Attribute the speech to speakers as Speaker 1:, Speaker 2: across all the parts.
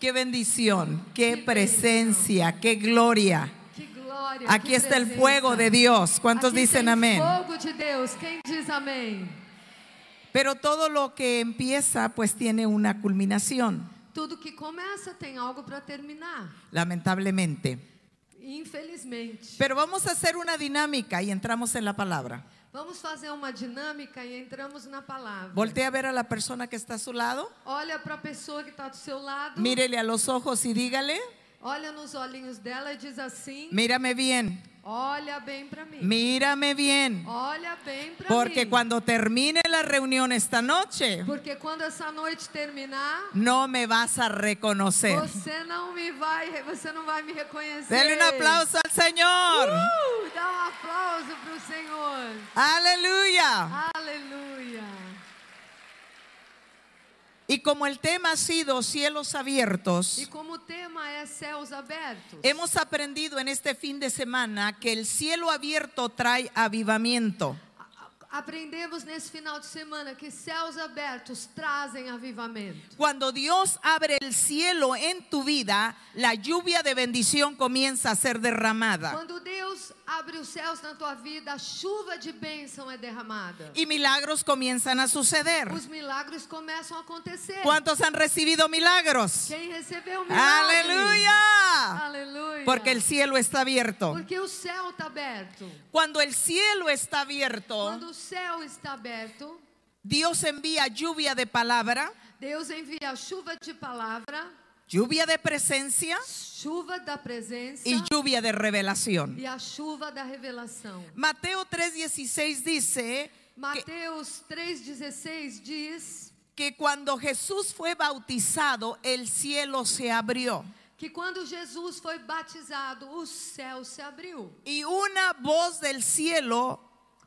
Speaker 1: Qué bendición, qué presencia, qué gloria.
Speaker 2: Que glória.
Speaker 1: Aquí
Speaker 2: que
Speaker 1: está el
Speaker 2: presença.
Speaker 1: fuego de Dios. ¿Cuántos
Speaker 2: Aqui
Speaker 1: dicen
Speaker 2: tem
Speaker 1: amén?
Speaker 2: fogo de Deus. Quem diz amém?
Speaker 1: Pero todo lo que empieza pues tiene una culminación,
Speaker 2: Tudo que começa tem algo para terminar.
Speaker 1: lamentablemente.
Speaker 2: Infelizmente.
Speaker 1: Pero vamos a hacer una dinámica y entramos en la palabra.
Speaker 2: Vamos fazer uma dinâmica e entramos na palavra.
Speaker 1: Voltea a ver a la persona que está a su lado,
Speaker 2: Olha para a pessoa que está do seu lado.
Speaker 1: mírele a los ojos y dígale,
Speaker 2: Olha nos olhinhos dela e diz assim:
Speaker 1: mírame bien,
Speaker 2: Olha bem para mim.
Speaker 1: mírame bien,
Speaker 2: Olha bem para
Speaker 1: porque
Speaker 2: mim.
Speaker 1: cuando termine la reunión esta noche,
Speaker 2: Porque quando essa noite terminar,
Speaker 1: no me vas a reconocer.
Speaker 2: você não me vai, você não vai me reconhecer.
Speaker 1: Denle un um aplauso al Señor.
Speaker 2: Uh, dá um aplauso para o Senhor. Ah.
Speaker 1: Aleluya.
Speaker 2: Aleluia.
Speaker 1: Y como el tema ha sido cielos abiertos,
Speaker 2: E como o tema é céus abertos,
Speaker 1: Hemos aprendido en este fin de semana que el cielo abierto trae avivamiento.
Speaker 2: a- a- aprendemos nesse final de semana que céus abertos trazem avivamento.
Speaker 1: Cuando Dios abre el cielo en tu vida, la lluvia de bendición comienza a ser derramada.
Speaker 2: Quando Deus abre os céus na tua vida, a chuva de bênção é derramada.
Speaker 1: Y milagros comienzan a suceder.
Speaker 2: Os milagres começam a acontecer.
Speaker 1: ¿Cuántos han recibido milagros?
Speaker 2: Quem recebeu o milagre?
Speaker 1: Aleluya.
Speaker 2: Aleluia.
Speaker 1: Porque el cielo está abierto.
Speaker 2: Porque o céu está aberto.
Speaker 1: Cuando el cielo está abierto,
Speaker 2: Quando o céu está aberto,
Speaker 1: Dios envía lluvia de palabra,
Speaker 2: Deus envia chuva de palavra,
Speaker 1: lluvia de presencia
Speaker 2: chuva da presença
Speaker 1: y lluvia de revelación.
Speaker 2: e a chuva da revelação.
Speaker 1: Mateo 3:16 dice que,
Speaker 2: Mateus 3,16 diz
Speaker 1: que cuando Jesús fue bautizado, el cielo se abrió
Speaker 2: que quando Jesus foi batizado, o céu se abriu.
Speaker 1: y una voz del cielo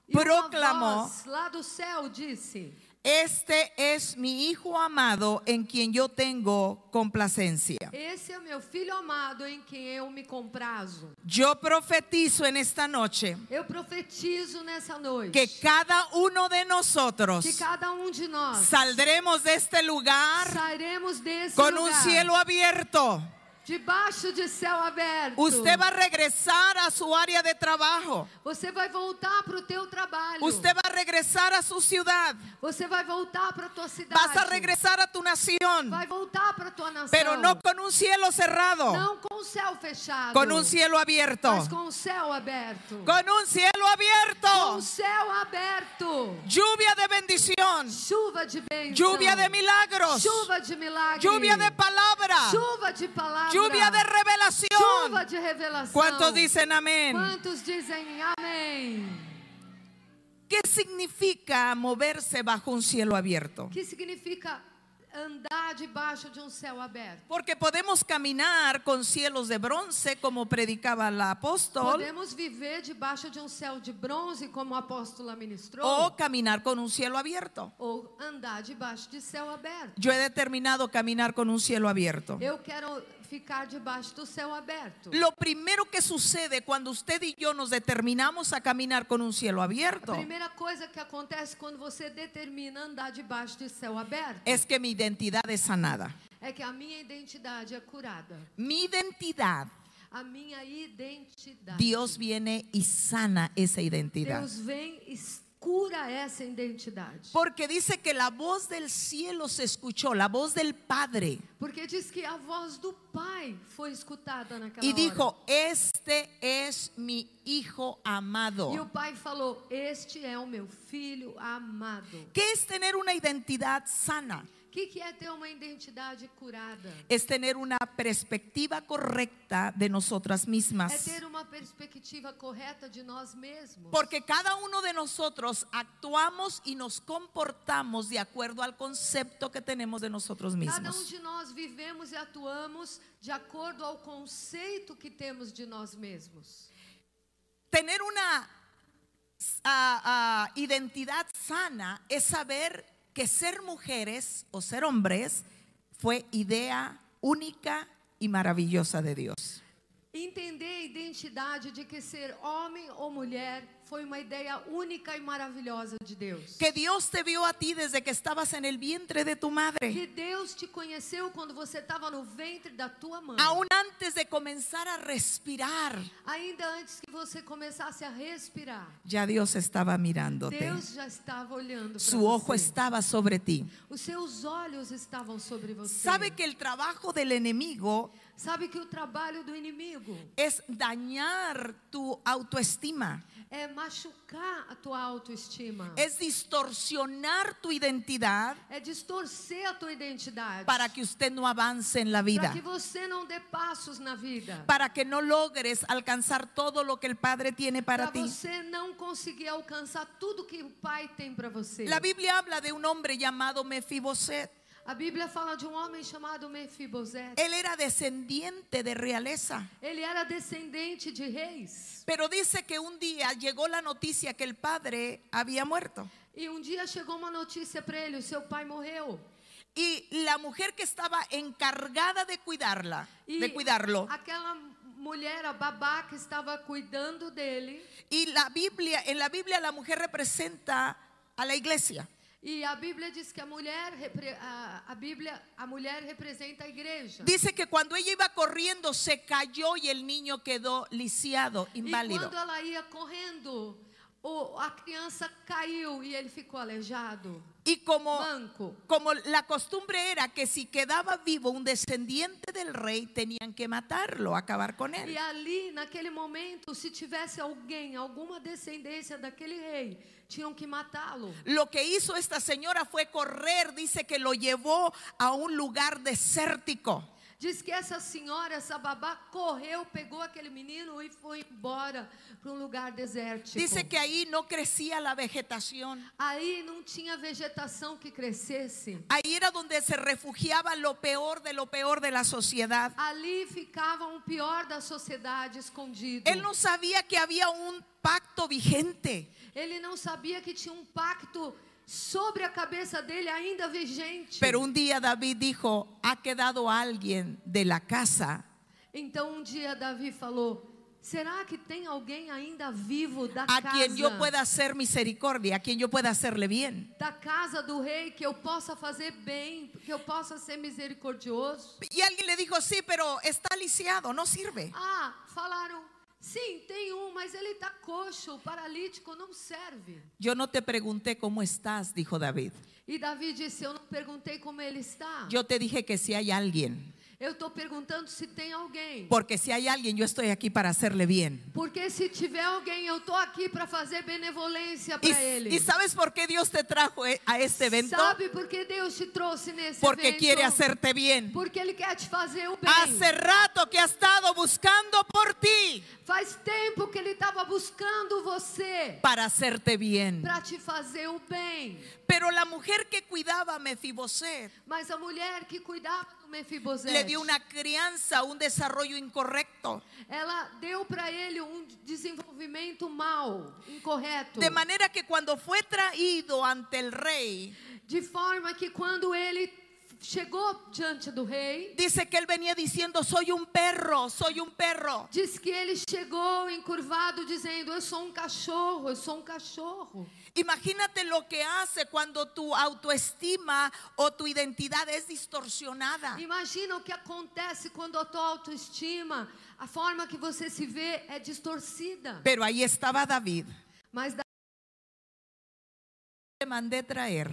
Speaker 2: E uma
Speaker 1: proclamó,
Speaker 2: voz lá do céu disse:
Speaker 1: este es mi Hijo amado en quien yo tengo complacencia.
Speaker 2: Esse é o meu filho amado em quem eu me comprazo.
Speaker 1: Yo profetizo en esta noche
Speaker 2: Eu profetizo nessa noite
Speaker 1: que cada uno de nosotros
Speaker 2: que cada um de nós
Speaker 1: saldremos de este lugar
Speaker 2: sairemos desse
Speaker 1: con un
Speaker 2: este lugar
Speaker 1: um cielo abierto.
Speaker 2: debaixo de céu aberto.
Speaker 1: Usted va a regresar a su área de trabajo.
Speaker 2: Você vai voltar para o teu trabalho.
Speaker 1: Usted va a regresar a su ciudad,
Speaker 2: Você vai voltar para a tua cidade.
Speaker 1: vas a regresar a tu nación,
Speaker 2: Vai voltar para a tua nação.
Speaker 1: pero no con un cielo cerrado,
Speaker 2: Não com o céu fechado.
Speaker 1: con un cielo abierto,
Speaker 2: Mas com o céu aberto.
Speaker 1: con un cielo
Speaker 2: Com
Speaker 1: abierto,
Speaker 2: o céu aberto.
Speaker 1: lluvia de bendición,
Speaker 2: Chuva de bênção.
Speaker 1: lluvia de milagros,
Speaker 2: Chuva de milagre.
Speaker 1: lluvia de palabra,
Speaker 2: Chuva de
Speaker 1: lluvia de
Speaker 2: palavra. Chuva
Speaker 1: revelación.
Speaker 2: de revelação.
Speaker 1: ¿Cuántos dicen amén?
Speaker 2: Quantos dizem amém?
Speaker 1: ¿Qué significa moverse bajo un cielo abierto?
Speaker 2: Que significa andar debaixo de um céu aberto.
Speaker 1: Porque podemos caminar con cielos de bronce, como predicaba la apóstol.
Speaker 2: Podemos viver debaixo de um céu de bronze, como a apóstola ministrou,
Speaker 1: o caminar con un cielo abierto.
Speaker 2: ou andar debaixo de céu aberto.
Speaker 1: Yo he determinado caminar con un cielo abierto.
Speaker 2: Eu quero ficar debaixo do céu aberto.
Speaker 1: Lo primero que sucede cuando usted y yo nos determinamos a caminar con un cielo
Speaker 2: A
Speaker 1: abierto
Speaker 2: primeira coisa que acontece quando você determina andar debaixo de céu aberto
Speaker 1: es que mi identidad es sanada.
Speaker 2: é que a minha identidade é curada.
Speaker 1: Mi identidad,
Speaker 2: A minha identidade.
Speaker 1: Dios viene y sana esa identidad.
Speaker 2: Deus vem e cura essa identidade.
Speaker 1: Porque dice que la voz del cielo se escuchó, la voz del Padre,
Speaker 2: Porque diz que a voz do Pai foi escutada naquela
Speaker 1: y
Speaker 2: hora.
Speaker 1: dijo, este es mi Hijo amado.
Speaker 2: E o pai falou: Este é o meu filho amado.
Speaker 1: ¿Qué es tener una identidad sana?
Speaker 2: O que, que é ter uma identidade curada? É
Speaker 1: es tener una perspectiva correcta de nosotras
Speaker 2: É
Speaker 1: mismas.
Speaker 2: ter uma perspectiva correta de nós mesmos.
Speaker 1: Porque cada uno de nosotros actuamos y nos comportamos de acuerdo al concepto que tenemos de nosotros
Speaker 2: Cada um
Speaker 1: mismos.
Speaker 2: de nós vivemos e atuamos de acordo ao conceito que temos de nós mesmos.
Speaker 1: Tener una ah, ah, identidad sana es saber que ser mujeres o ser hombres fue idea única y maravillosa de Dios.
Speaker 2: Entender a identidade de que ser homem ou mulher foi uma ideia única e maravilhosa de Deus.
Speaker 1: Que Dios te vio a ti desde que estabas en el vientre de tu madre.
Speaker 2: Que Deus te conheceu quando você estava no ventre da tua mãe.
Speaker 1: Aún antes de comenzar a respirar,
Speaker 2: Ainda antes que você começasse a respirar,
Speaker 1: ya Dios estaba mirándote.
Speaker 2: Deus já estava olhando para
Speaker 1: Su ojo
Speaker 2: você.
Speaker 1: estaba sobre ti.
Speaker 2: Os seus olhos estavam sobre você.
Speaker 1: Sabe que el trabajo del enemigo
Speaker 2: Sabe que o trabalho do inimigo
Speaker 1: es dañar tu autoestima,
Speaker 2: é machucar a tua autoestima.
Speaker 1: es distorsionar tu identidad
Speaker 2: É distorcer a tua identidade.
Speaker 1: para que usted no avance en la
Speaker 2: Para
Speaker 1: vida,
Speaker 2: que você não dê passos na vida.
Speaker 1: para que no logres alcanzar todo lo que el Padre tiene para ti.
Speaker 2: Pra você não conseguir alcançar tudo que o Pai tem para você.
Speaker 1: La Biblia habla de un hombre llamado Mefiboset.
Speaker 2: A Bíblia fala de um homem chamado Mefibosete.
Speaker 1: Él era descendiente de realeza,
Speaker 2: Ele era descendente de reis.
Speaker 1: pero dice que un día llegó la noticia que el padre había muerto.
Speaker 2: E um dia chegou uma notícia para ele: o seu pai morreu.
Speaker 1: Y la mujer que estaba encargada de cuidarla,
Speaker 2: E
Speaker 1: de cuidarlo,
Speaker 2: aquela mulher, a babá que estava cuidando dele.
Speaker 1: y la Biblia, en la Biblia la mujer representa a la iglesia.
Speaker 2: E a Bíblia diz que a mulher, repre- a, a Bíblia, a mulher representa a igreja.
Speaker 1: Dice que cuando ella iba corriendo se cayó y el niño quedó lisiado,
Speaker 2: E
Speaker 1: inválido.
Speaker 2: quando ela ia correndo, o- a criança caiu e ele ficou aleijado,
Speaker 1: Y como
Speaker 2: manco.
Speaker 1: como la costumbre era que si quedaba vivo un descendiente del rey tenían que matarlo, acabar con él.
Speaker 2: E ali, naquele momento, se tivesse alguém, alguma descendência daquele rei, tinham que matá-lo.
Speaker 1: Lo que hizo esta señora fue correr, dice que lo llevó a un lugar desértico.
Speaker 2: Diz que essa senhora, essa babá, correu, pegou aquele menino e foi embora para um lugar desértico.
Speaker 1: Dice que ahí no crecía la vegetación.
Speaker 2: Aí não tinha vegetação que crescesse.
Speaker 1: Ahí era donde se refugiaba lo peor de lo peor de la sociedad.
Speaker 2: Ali ficava o pior da sociedade escondido.
Speaker 1: Él no sabía que había un pacto vigente.
Speaker 2: Ele não sabia que tinha um pacto sobre a cabeça dele ainda vigente.
Speaker 1: Pero un día David dijo, ha quedado alguien de la casa
Speaker 2: Então um dia Davi falou: Será que tem alguém ainda vivo da
Speaker 1: a
Speaker 2: casa?
Speaker 1: quien yo pueda hacer misericordia, a quien yo pueda hacerle bien.
Speaker 2: Da casa do rei que eu possa fazer bem, que eu possa ser misericordioso.
Speaker 1: Y alguien le dijo, sí, pero está lisiado, no sirve.
Speaker 2: Ah, falaram. Sim, tem um, mas ele está coxo, paralítico, não serve.
Speaker 1: Yo no te pregunté cómo estás, dijo David.
Speaker 2: E Davi disse: Eu não perguntei como ele está.
Speaker 1: Yo te dije que si hay alguien,
Speaker 2: Eu estou perguntando se tem alguém.
Speaker 1: porque si hay alguien, yo estoy aquí para hacerle bien.
Speaker 2: Porque se tiver alguém, eu tô aqui para fazer benevolência
Speaker 1: ¿Y,
Speaker 2: para ele.
Speaker 1: y sabes por qué Dios te trajo eh, a este evento?
Speaker 2: Sabe por que Deus te trouxe nesse
Speaker 1: Porque
Speaker 2: evento? Pues
Speaker 1: quiere hacerte bien.
Speaker 2: Porque ele quer te fazer o bem.
Speaker 1: Hace rato que ha estado buscando por ti
Speaker 2: Faz tempo que ele estava buscando você
Speaker 1: para hacerte bien.
Speaker 2: para te fazer o bem.
Speaker 1: Pero la mujer que cuidaba a Mefiboset
Speaker 2: Mas a mulher que cuidava do Mefibosete,
Speaker 1: le dio una crianza, un desarrollo incorrecto.
Speaker 2: ela deu para ele um desenvolvimento mau, incorreto.
Speaker 1: De manera que cuando fue traído ante el rey,
Speaker 2: De forma que quando ele chegou diante do rei,
Speaker 1: dice que él venía diciendo, soy un perro, soy un perro.
Speaker 2: Diz que ele chegou encurvado dizendo: Eu sou um cachorro, eu sou um cachorro.
Speaker 1: Imagínate lo que hace cuando tu autoestima o tu identidad es distorsionada.
Speaker 2: Imagina o que acontece quando a tua autoestima, a forma que você se vê é distorcida.
Speaker 1: Pero ahí estaba David.
Speaker 2: Mas da
Speaker 1: Te mandé traer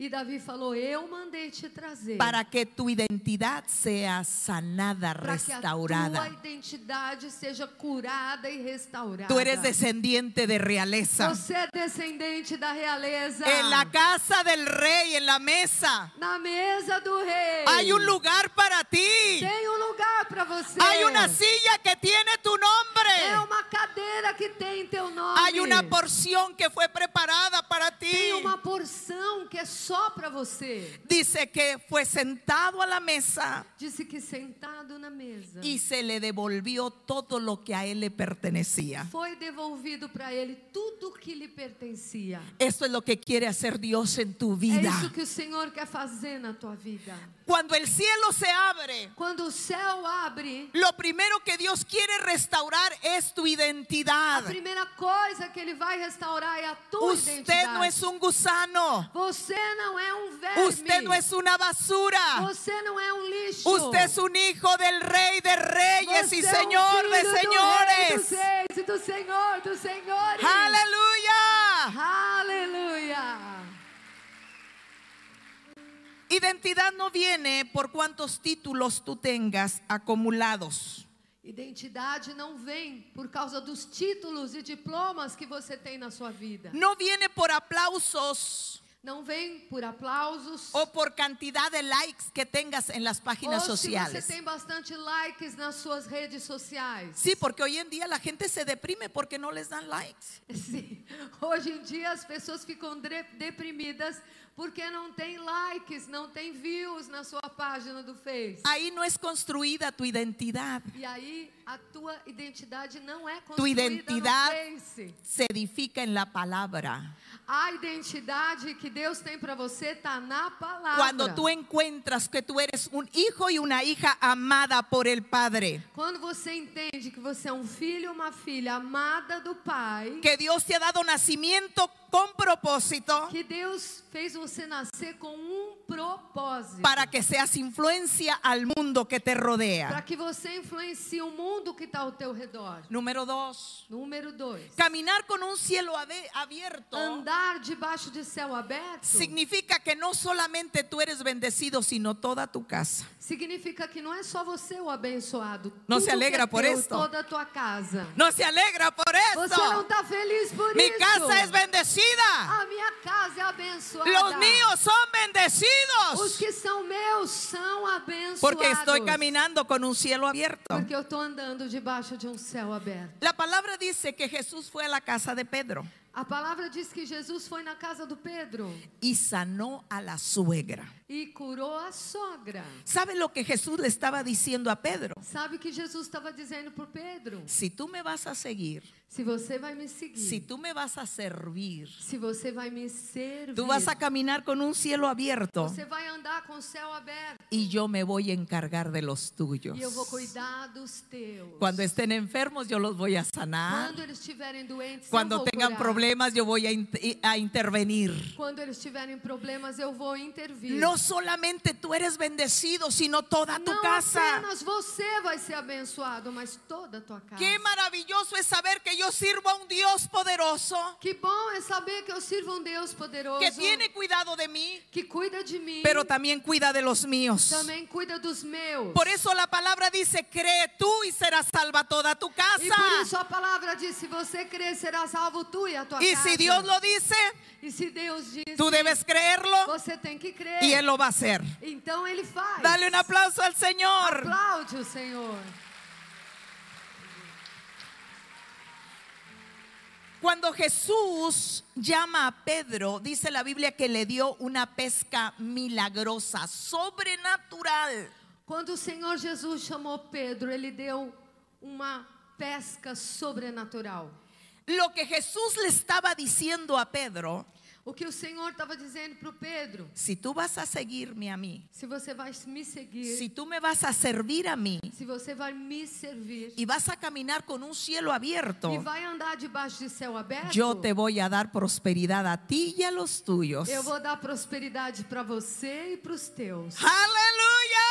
Speaker 2: e Davi falou: Eu mandei te trazer
Speaker 1: para que tu identidad sea sanada,
Speaker 2: pra que a tua
Speaker 1: restaurada.
Speaker 2: identidade seja curada e restaurada.
Speaker 1: Tú eres descendiente de realeza.
Speaker 2: Você é descendente da realeza.
Speaker 1: En la casa del rey, en la mesa,
Speaker 2: Na mesa do rei.
Speaker 1: hay un lugar para ti.
Speaker 2: Tem um lugar para você.
Speaker 1: Hay una silla que tiene tu
Speaker 2: É
Speaker 1: nombre.
Speaker 2: uma cadeira que tem teu nome.
Speaker 1: Hay una porción que fue preparada para ti.
Speaker 2: Tem uma porção que é só para você.
Speaker 1: Dice que fue sentado a la mesa
Speaker 2: Disse que sentado na mesa
Speaker 1: y se le devolvió todo lo que a él le pertenecía.
Speaker 2: foi devolvido para ele tudo que lhe pertencia.
Speaker 1: Esto es lo que quiere hacer Dios en tu
Speaker 2: É
Speaker 1: vida.
Speaker 2: isso que o Senhor quer fazer na tua vida.
Speaker 1: Cuando el cielo se abre,
Speaker 2: Quando o céu abre,
Speaker 1: lo lo primero que Dios quiere restaurar es tu
Speaker 2: A
Speaker 1: identidad.
Speaker 2: primeira coisa que ele vai restaurar é a tua
Speaker 1: Usted
Speaker 2: identidade.
Speaker 1: no es un gusano.
Speaker 2: Você não é um verme.
Speaker 1: Usted no es una basura.
Speaker 2: Você não é um lixo.
Speaker 1: Usted es un hijo del rey de reyes
Speaker 2: Você
Speaker 1: y
Speaker 2: é um
Speaker 1: señor de
Speaker 2: filho
Speaker 1: señores.
Speaker 2: Do rei, dos reis, e do Senhor, dos senhores.
Speaker 1: Aleluya.
Speaker 2: Aleluia.
Speaker 1: Identidad no viene por cuántos títulos tú tengas acumulados.
Speaker 2: Identidade não vem por causa dos títulos e diplomas que você tem na sua vida.
Speaker 1: No viene por aplausos
Speaker 2: Não vem por aplausos
Speaker 1: o por cantidad de likes que tengas en las páginas
Speaker 2: ou Oh, se você
Speaker 1: sociales.
Speaker 2: tem bastante likes nas suas redes sociais.
Speaker 1: Sí, porque hoy en día la gente se deprime porque no les dan likes.
Speaker 2: Sim. Hoje em dia as pessoas ficam dre- deprimidas porque não tem likes, não tem views na sua página do Face.
Speaker 1: Ahí no es construida tu identidad.
Speaker 2: E aí a tua identidade não é construída
Speaker 1: identidade-
Speaker 2: no Face.
Speaker 1: Se edifica en la palabra.
Speaker 2: A identidade que Deus tem para você tá na palavra.
Speaker 1: Cuando tú encuentras que tú eres un hijo y una hija amada por el Padre,
Speaker 2: Quando você entende que você é um filho, uma filha amada do Pai,
Speaker 1: que Dios te ha dado nacimiento con propósito
Speaker 2: que Deus fez você nascer com um propósito.
Speaker 1: para que seas influencia al mundo que te
Speaker 2: Para
Speaker 1: rodea.
Speaker 2: que você influencie o mundo que está ao teu redor.
Speaker 1: Número dos,
Speaker 2: Número dois.
Speaker 1: caminar con un cielo abe- abierto
Speaker 2: Andar debaixo de céu aberto
Speaker 1: significa que no solamente tú eres bendecido, sino toda tu casa.
Speaker 2: significa que não é só você o abençoado.
Speaker 1: Não
Speaker 2: Tudo
Speaker 1: se alegra
Speaker 2: que é
Speaker 1: por
Speaker 2: teu,
Speaker 1: isso?
Speaker 2: Toda a tua casa.
Speaker 1: No se alegra por
Speaker 2: Você não
Speaker 1: eso.
Speaker 2: está feliz por
Speaker 1: Mi
Speaker 2: isso.
Speaker 1: casa es bendecida.
Speaker 2: A minha casa é abençoada.
Speaker 1: é Los míos son
Speaker 2: Os
Speaker 1: bendecidos.
Speaker 2: que são meus são abençoados.
Speaker 1: Porque estoy caminando con un cielo abierto.
Speaker 2: Porque eu estou andando debaixo de um céu aberto.
Speaker 1: La palabra dice que Jesús fue a la casa de Pedro
Speaker 2: A palavra diz que Jesus foi na casa do Pedro
Speaker 1: y sanó a la suegra.
Speaker 2: e curou a sogra.
Speaker 1: ¿Sabe lo que Jesús le estaba diciendo a Pedro?
Speaker 2: Sabe o que Jesus estava dizendo para Pedro?
Speaker 1: Si tú me vas a seguir,
Speaker 2: Se você vai me seguir,
Speaker 1: si tú me vas a servir,
Speaker 2: se você vai me servir,
Speaker 1: tú vas a caminar con un cielo abierto
Speaker 2: você vai andar com o céu aberto
Speaker 1: y yo me voy a encargar de los tuyos.
Speaker 2: e eu vou cuidar dos teus.
Speaker 1: Cuando estén enfermos, yo los voy a sanar.
Speaker 2: Quando eles estiverem doentes, eu
Speaker 1: Cuando
Speaker 2: vou
Speaker 1: tengan
Speaker 2: curar.
Speaker 1: problemas, yo voy a, in- a intervenir.
Speaker 2: Quando eles tiverem problemas, eu vou intervir.
Speaker 1: No solamente tú eres bendecido, sino toda tu
Speaker 2: Não
Speaker 1: casa.
Speaker 2: apenas você vai ser abençoado, mas toda a tua casa.
Speaker 1: Qué maravilloso es saber que yo sirvo a un Dios poderoso
Speaker 2: Que bom é saber que eu sirvo um Deus poderoso
Speaker 1: que tiene cuidado de mí,
Speaker 2: que cuida de mim,
Speaker 1: pero también cuida de los míos.
Speaker 2: também cuida dos meus.
Speaker 1: Por eso la palabra dice, cree tú y serás salva toda tu
Speaker 2: e por
Speaker 1: casa.
Speaker 2: isso a palavra diz: se você crer, será salvo tu e a tua
Speaker 1: Y
Speaker 2: casa.
Speaker 1: si Dios lo dice,
Speaker 2: E se Deus diz,
Speaker 1: tú debes creerlo
Speaker 2: você tem que crer.
Speaker 1: y Él lo va a hacer.
Speaker 2: Então ele faz.
Speaker 1: Dale un aplauso al Señor.
Speaker 2: Aplaude o Senhor.
Speaker 1: Cuando Jesús llama a Pedro, dice la Biblia que le dio una pesca milagrosa, sobrenatural.
Speaker 2: Quando o Senhor Jesus chamou Pedro, ele deu uma pesca sobrenatural.
Speaker 1: Lo que Jesús le estaba diciendo a Pedro,
Speaker 2: O que o Senhor estava dizendo para o Pedro:
Speaker 1: si tú vas a seguirme a mí,
Speaker 2: se você vai me seguir,
Speaker 1: si tú me vas a servir a mí
Speaker 2: se você vai me servir
Speaker 1: y vas a caminar con un cielo abierto,
Speaker 2: e vai andar debaixo de céu aberto,
Speaker 1: yo te voy a dar prosperidad a ti y a los tuyos.
Speaker 2: eu vou dar prosperidade para você e para os teus.
Speaker 1: Aleluya.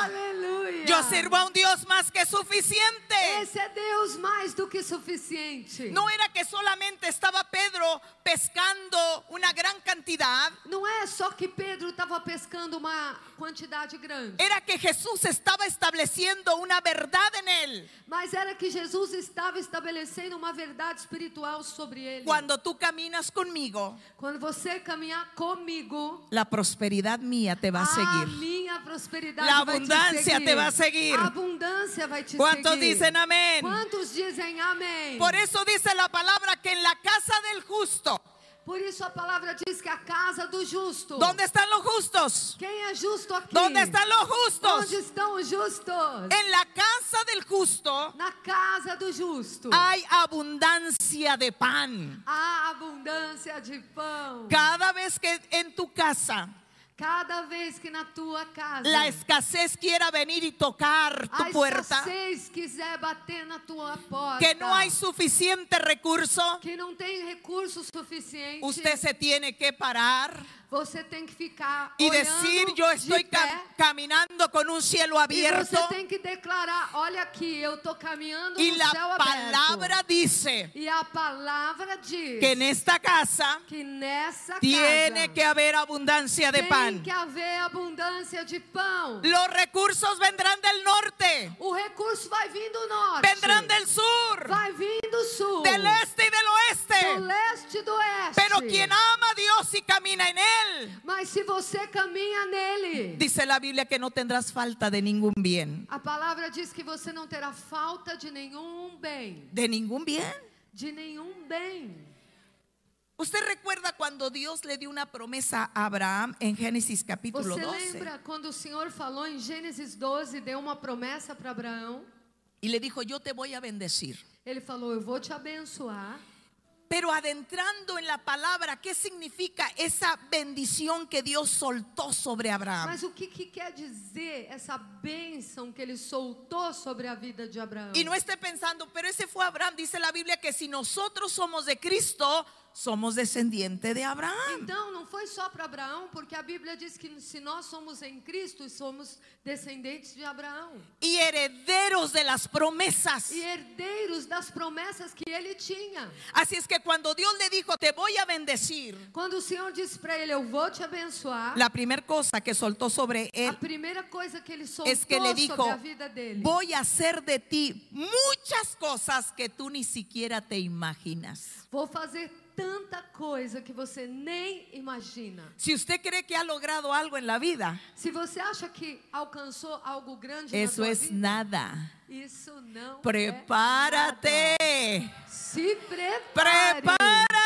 Speaker 2: Aleluia!
Speaker 1: Yo sirvo a un Dios más que suficiente.
Speaker 2: Esse é Deus mais do que suficiente.
Speaker 1: No era que solamente estaba Pedro pescando una gran cantidad,
Speaker 2: Não é só que Pedro estava pescando uma quantidade grande,
Speaker 1: era que Jesús estaba estableciendo una verdad en él.
Speaker 2: mas era que Jesus estava estabelecendo uma verdade espiritual sobre ele.
Speaker 1: Cuando tú caminas conmigo,
Speaker 2: Quando você caminhar comigo,
Speaker 1: la prosperidad mía te va a seguir.
Speaker 2: minha prosperidade
Speaker 1: La
Speaker 2: vai
Speaker 1: abundância
Speaker 2: te seguir.
Speaker 1: te vai seguir.
Speaker 2: A abundância vai te
Speaker 1: ¿Cuántos
Speaker 2: seguir.
Speaker 1: dicen amén?
Speaker 2: Quantos dizem amém?
Speaker 1: Por eso dice la palabra que en la casa del justo,
Speaker 2: Por isso a palavra diz que a casa do justo.
Speaker 1: ¿dónde están los justos?
Speaker 2: Quem é justo aqui?
Speaker 1: ¿Dónde están los
Speaker 2: Onde
Speaker 1: justos?
Speaker 2: estão os justos?
Speaker 1: En la casa del justo
Speaker 2: Na casa do justo.
Speaker 1: hay abundancia de pan.
Speaker 2: Há abundância de pão.
Speaker 1: Cada vez que en tu casa
Speaker 2: Cada vez que na tua casa
Speaker 1: la escasez quiera venir y tocar
Speaker 2: a
Speaker 1: tu puerta,
Speaker 2: escassez quiser bater na tua porta,
Speaker 1: que no hay suficiente recurso,
Speaker 2: que não tem recurso suficiente,
Speaker 1: usted se tiene que parar
Speaker 2: você tem que ficar
Speaker 1: y
Speaker 2: olhando
Speaker 1: decir, yo
Speaker 2: de
Speaker 1: estoy
Speaker 2: pé,
Speaker 1: cam- caminando con un cielo
Speaker 2: e
Speaker 1: abierto
Speaker 2: você tem que declarar, olha aqui, eu estou caminhando
Speaker 1: y
Speaker 2: no
Speaker 1: la
Speaker 2: céu
Speaker 1: palabra
Speaker 2: aberto.
Speaker 1: diz
Speaker 2: E a palavra diz
Speaker 1: que en esta casa
Speaker 2: que nessa
Speaker 1: tiene
Speaker 2: casa
Speaker 1: que haber abundancia de
Speaker 2: tem
Speaker 1: pan.
Speaker 2: que haver abundância de pão.
Speaker 1: Los recursos vendrán del norte,
Speaker 2: O recurso vai vir do norte.
Speaker 1: vendrán del sur,
Speaker 2: Vai vir do sul.
Speaker 1: del este y del este.
Speaker 2: Do
Speaker 1: oeste.
Speaker 2: leste e do oeste.
Speaker 1: Pero quien ama a Dios y camina en Él,
Speaker 2: Mas se você caminha nele.
Speaker 1: dice la Biblia que no tendrás falta de ningún bien.
Speaker 2: A palavra diz que você não terá falta de nenhum bem.
Speaker 1: ¿De ningún bien?
Speaker 2: De nenhum bem.
Speaker 1: Usted recuerda cuando Dios le dio una promesa a Abraham en Génesis capítulo
Speaker 2: Você
Speaker 1: 12
Speaker 2: lembra quando o Senhor falou em Gênesis 12, deu uma promessa para Abraão?
Speaker 1: y le dijo, yo te voy a bendecir.
Speaker 2: Ele falou: Eu vou te abençoar.
Speaker 1: Pero adentrando en la palabra, ¿qué significa esa bendición que Dios soltó sobre Abraham?
Speaker 2: Mas o que, que quer dizer essa bênção que ele soltou sobre a vida de Abraão?
Speaker 1: Y no esté pensando, pero ese fue Abraham. Dice la Biblia que si nosotros somos de Cristo, somos descendiente de Abraham.
Speaker 2: Então, não foi só para Abraão, porque a Bíblia diz que se nós somos em Cristo, somos descendentes de Abraão
Speaker 1: Y herederos de las promesas.
Speaker 2: e herdeiros das promessas que ele tinha.
Speaker 1: Así es que cuando Dios le dijo, te voy a bendecir,
Speaker 2: Quando o Senhor disse para ele: Eu vou te abençoar.
Speaker 1: la primera cosa que soltó sobre
Speaker 2: A
Speaker 1: él
Speaker 2: primeira coisa que ele soltou
Speaker 1: es que le dijo,
Speaker 2: sobre a vida dele
Speaker 1: voy a hacer de ti muchas cosas que tú ni siquiera te imaginas.
Speaker 2: Vou fazer tanta coisa que você nem imagina.
Speaker 1: Si usted cree que ha logrado algo en la vida,
Speaker 2: Se você acha que alcançou algo grande na
Speaker 1: Eso
Speaker 2: tua
Speaker 1: es
Speaker 2: vida,
Speaker 1: nada.
Speaker 2: isso não é
Speaker 1: Prepárate.
Speaker 2: nada. Se prepare.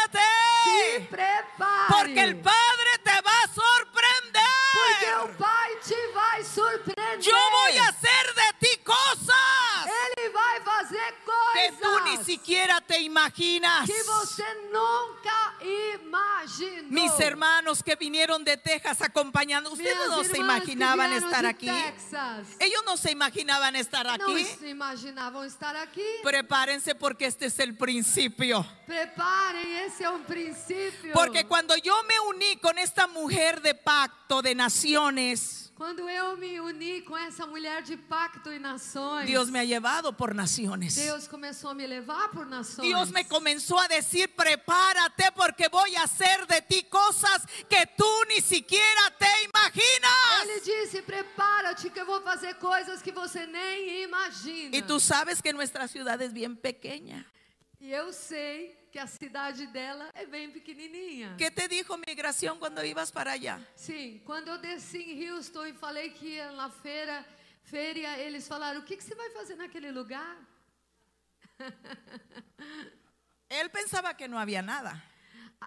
Speaker 2: Se
Speaker 1: Prepárate.
Speaker 2: prepare.
Speaker 1: Porque el Padre te va a
Speaker 2: Porque o
Speaker 1: sorprender.
Speaker 2: Pai te vai surpreender.
Speaker 1: Yo voy a hacer de ti cosas
Speaker 2: Ele vai fazer
Speaker 1: que
Speaker 2: coisas
Speaker 1: tú ni siquiera te imaginas.
Speaker 2: que você nunca imaginou.
Speaker 1: Mis hermanos que vinieron de Texas acompañando, ustedes
Speaker 2: Minhas
Speaker 1: no se
Speaker 2: irmãs que
Speaker 1: imaginaban
Speaker 2: vieram
Speaker 1: estar
Speaker 2: de
Speaker 1: aquí.
Speaker 2: Texas.
Speaker 1: Ellos no se imaginaban estar
Speaker 2: Não
Speaker 1: aquí.
Speaker 2: se imaginavam estar aqui.
Speaker 1: Prepárense porque este es el principio.
Speaker 2: Preparem, esse é um princípio.
Speaker 1: Porque cuando yo me uní con esta mujer de pacto de naciones,
Speaker 2: quando eu me uni com essa mulher de pacto e nações,
Speaker 1: Dios me ha llevado por naciones.
Speaker 2: Deus começou a me levar por nações.
Speaker 1: Dios me comenzó a decir, prepárate porque voy a hacer de ti cosas que tú ni siquiera te
Speaker 2: Ele
Speaker 1: imaginas.
Speaker 2: disse: prepara-te que eu vou fazer coisas que você nem imagina.
Speaker 1: Y tú sabes que nuestra ciudad es bien pequeña.
Speaker 2: E eu sei que a cidade dela é bem pequenininha.
Speaker 1: ¿Qué te dijo migración cuando ibas para allá?
Speaker 2: Sim, quando eu desci em Houston e falei que ia na feira, feira, eles falaram: o que, que você vai fazer naquele lugar?
Speaker 1: Él pensaba que no había nada.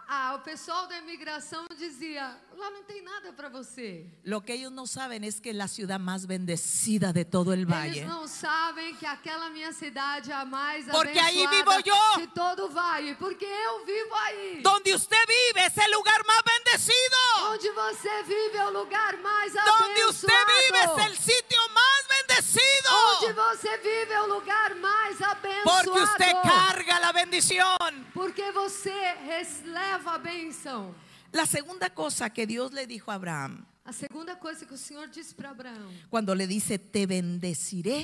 Speaker 2: Ah, o pessoal da imigração dizia: lá não tem nada para você.
Speaker 1: Lo que ellos no saben es que es la ciudad más bendecida de todo el valle.
Speaker 2: Eles não sabem que aquela minha cidade é a mais
Speaker 1: Porque aí
Speaker 2: abençoada
Speaker 1: vivo eu.
Speaker 2: de todo o vale, porque eu vivo aí.
Speaker 1: Donde usted vive es el lugar más bendecido.
Speaker 2: Onde você vive é o lugar mais
Speaker 1: Donde usted vive
Speaker 2: abençoado.
Speaker 1: es el sitio más
Speaker 2: Onde
Speaker 1: bendecido.
Speaker 2: você vive é o lugar mais abençoado.
Speaker 1: Porque usted carga la bendición.
Speaker 2: Porque você res- leva a benção.
Speaker 1: La segunda cosa que Dios le dijo a Abraham,
Speaker 2: A segunda coisa que o Senhor disse para Abraão,
Speaker 1: cuando le dice, te bendeciré,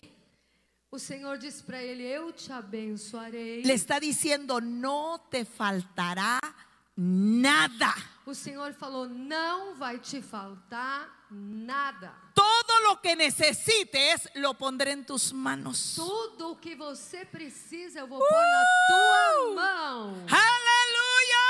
Speaker 2: o Senhor disse para ele: Eu te abençoarei.
Speaker 1: le está diciendo, no te faltará nada.
Speaker 2: O Senhor falou: Não vai te faltar nada.
Speaker 1: Todo lo que necesites lo pondré en tus manos.
Speaker 2: Tudo o que você precisa eu vou pôr na tua mão.
Speaker 1: Aleluya.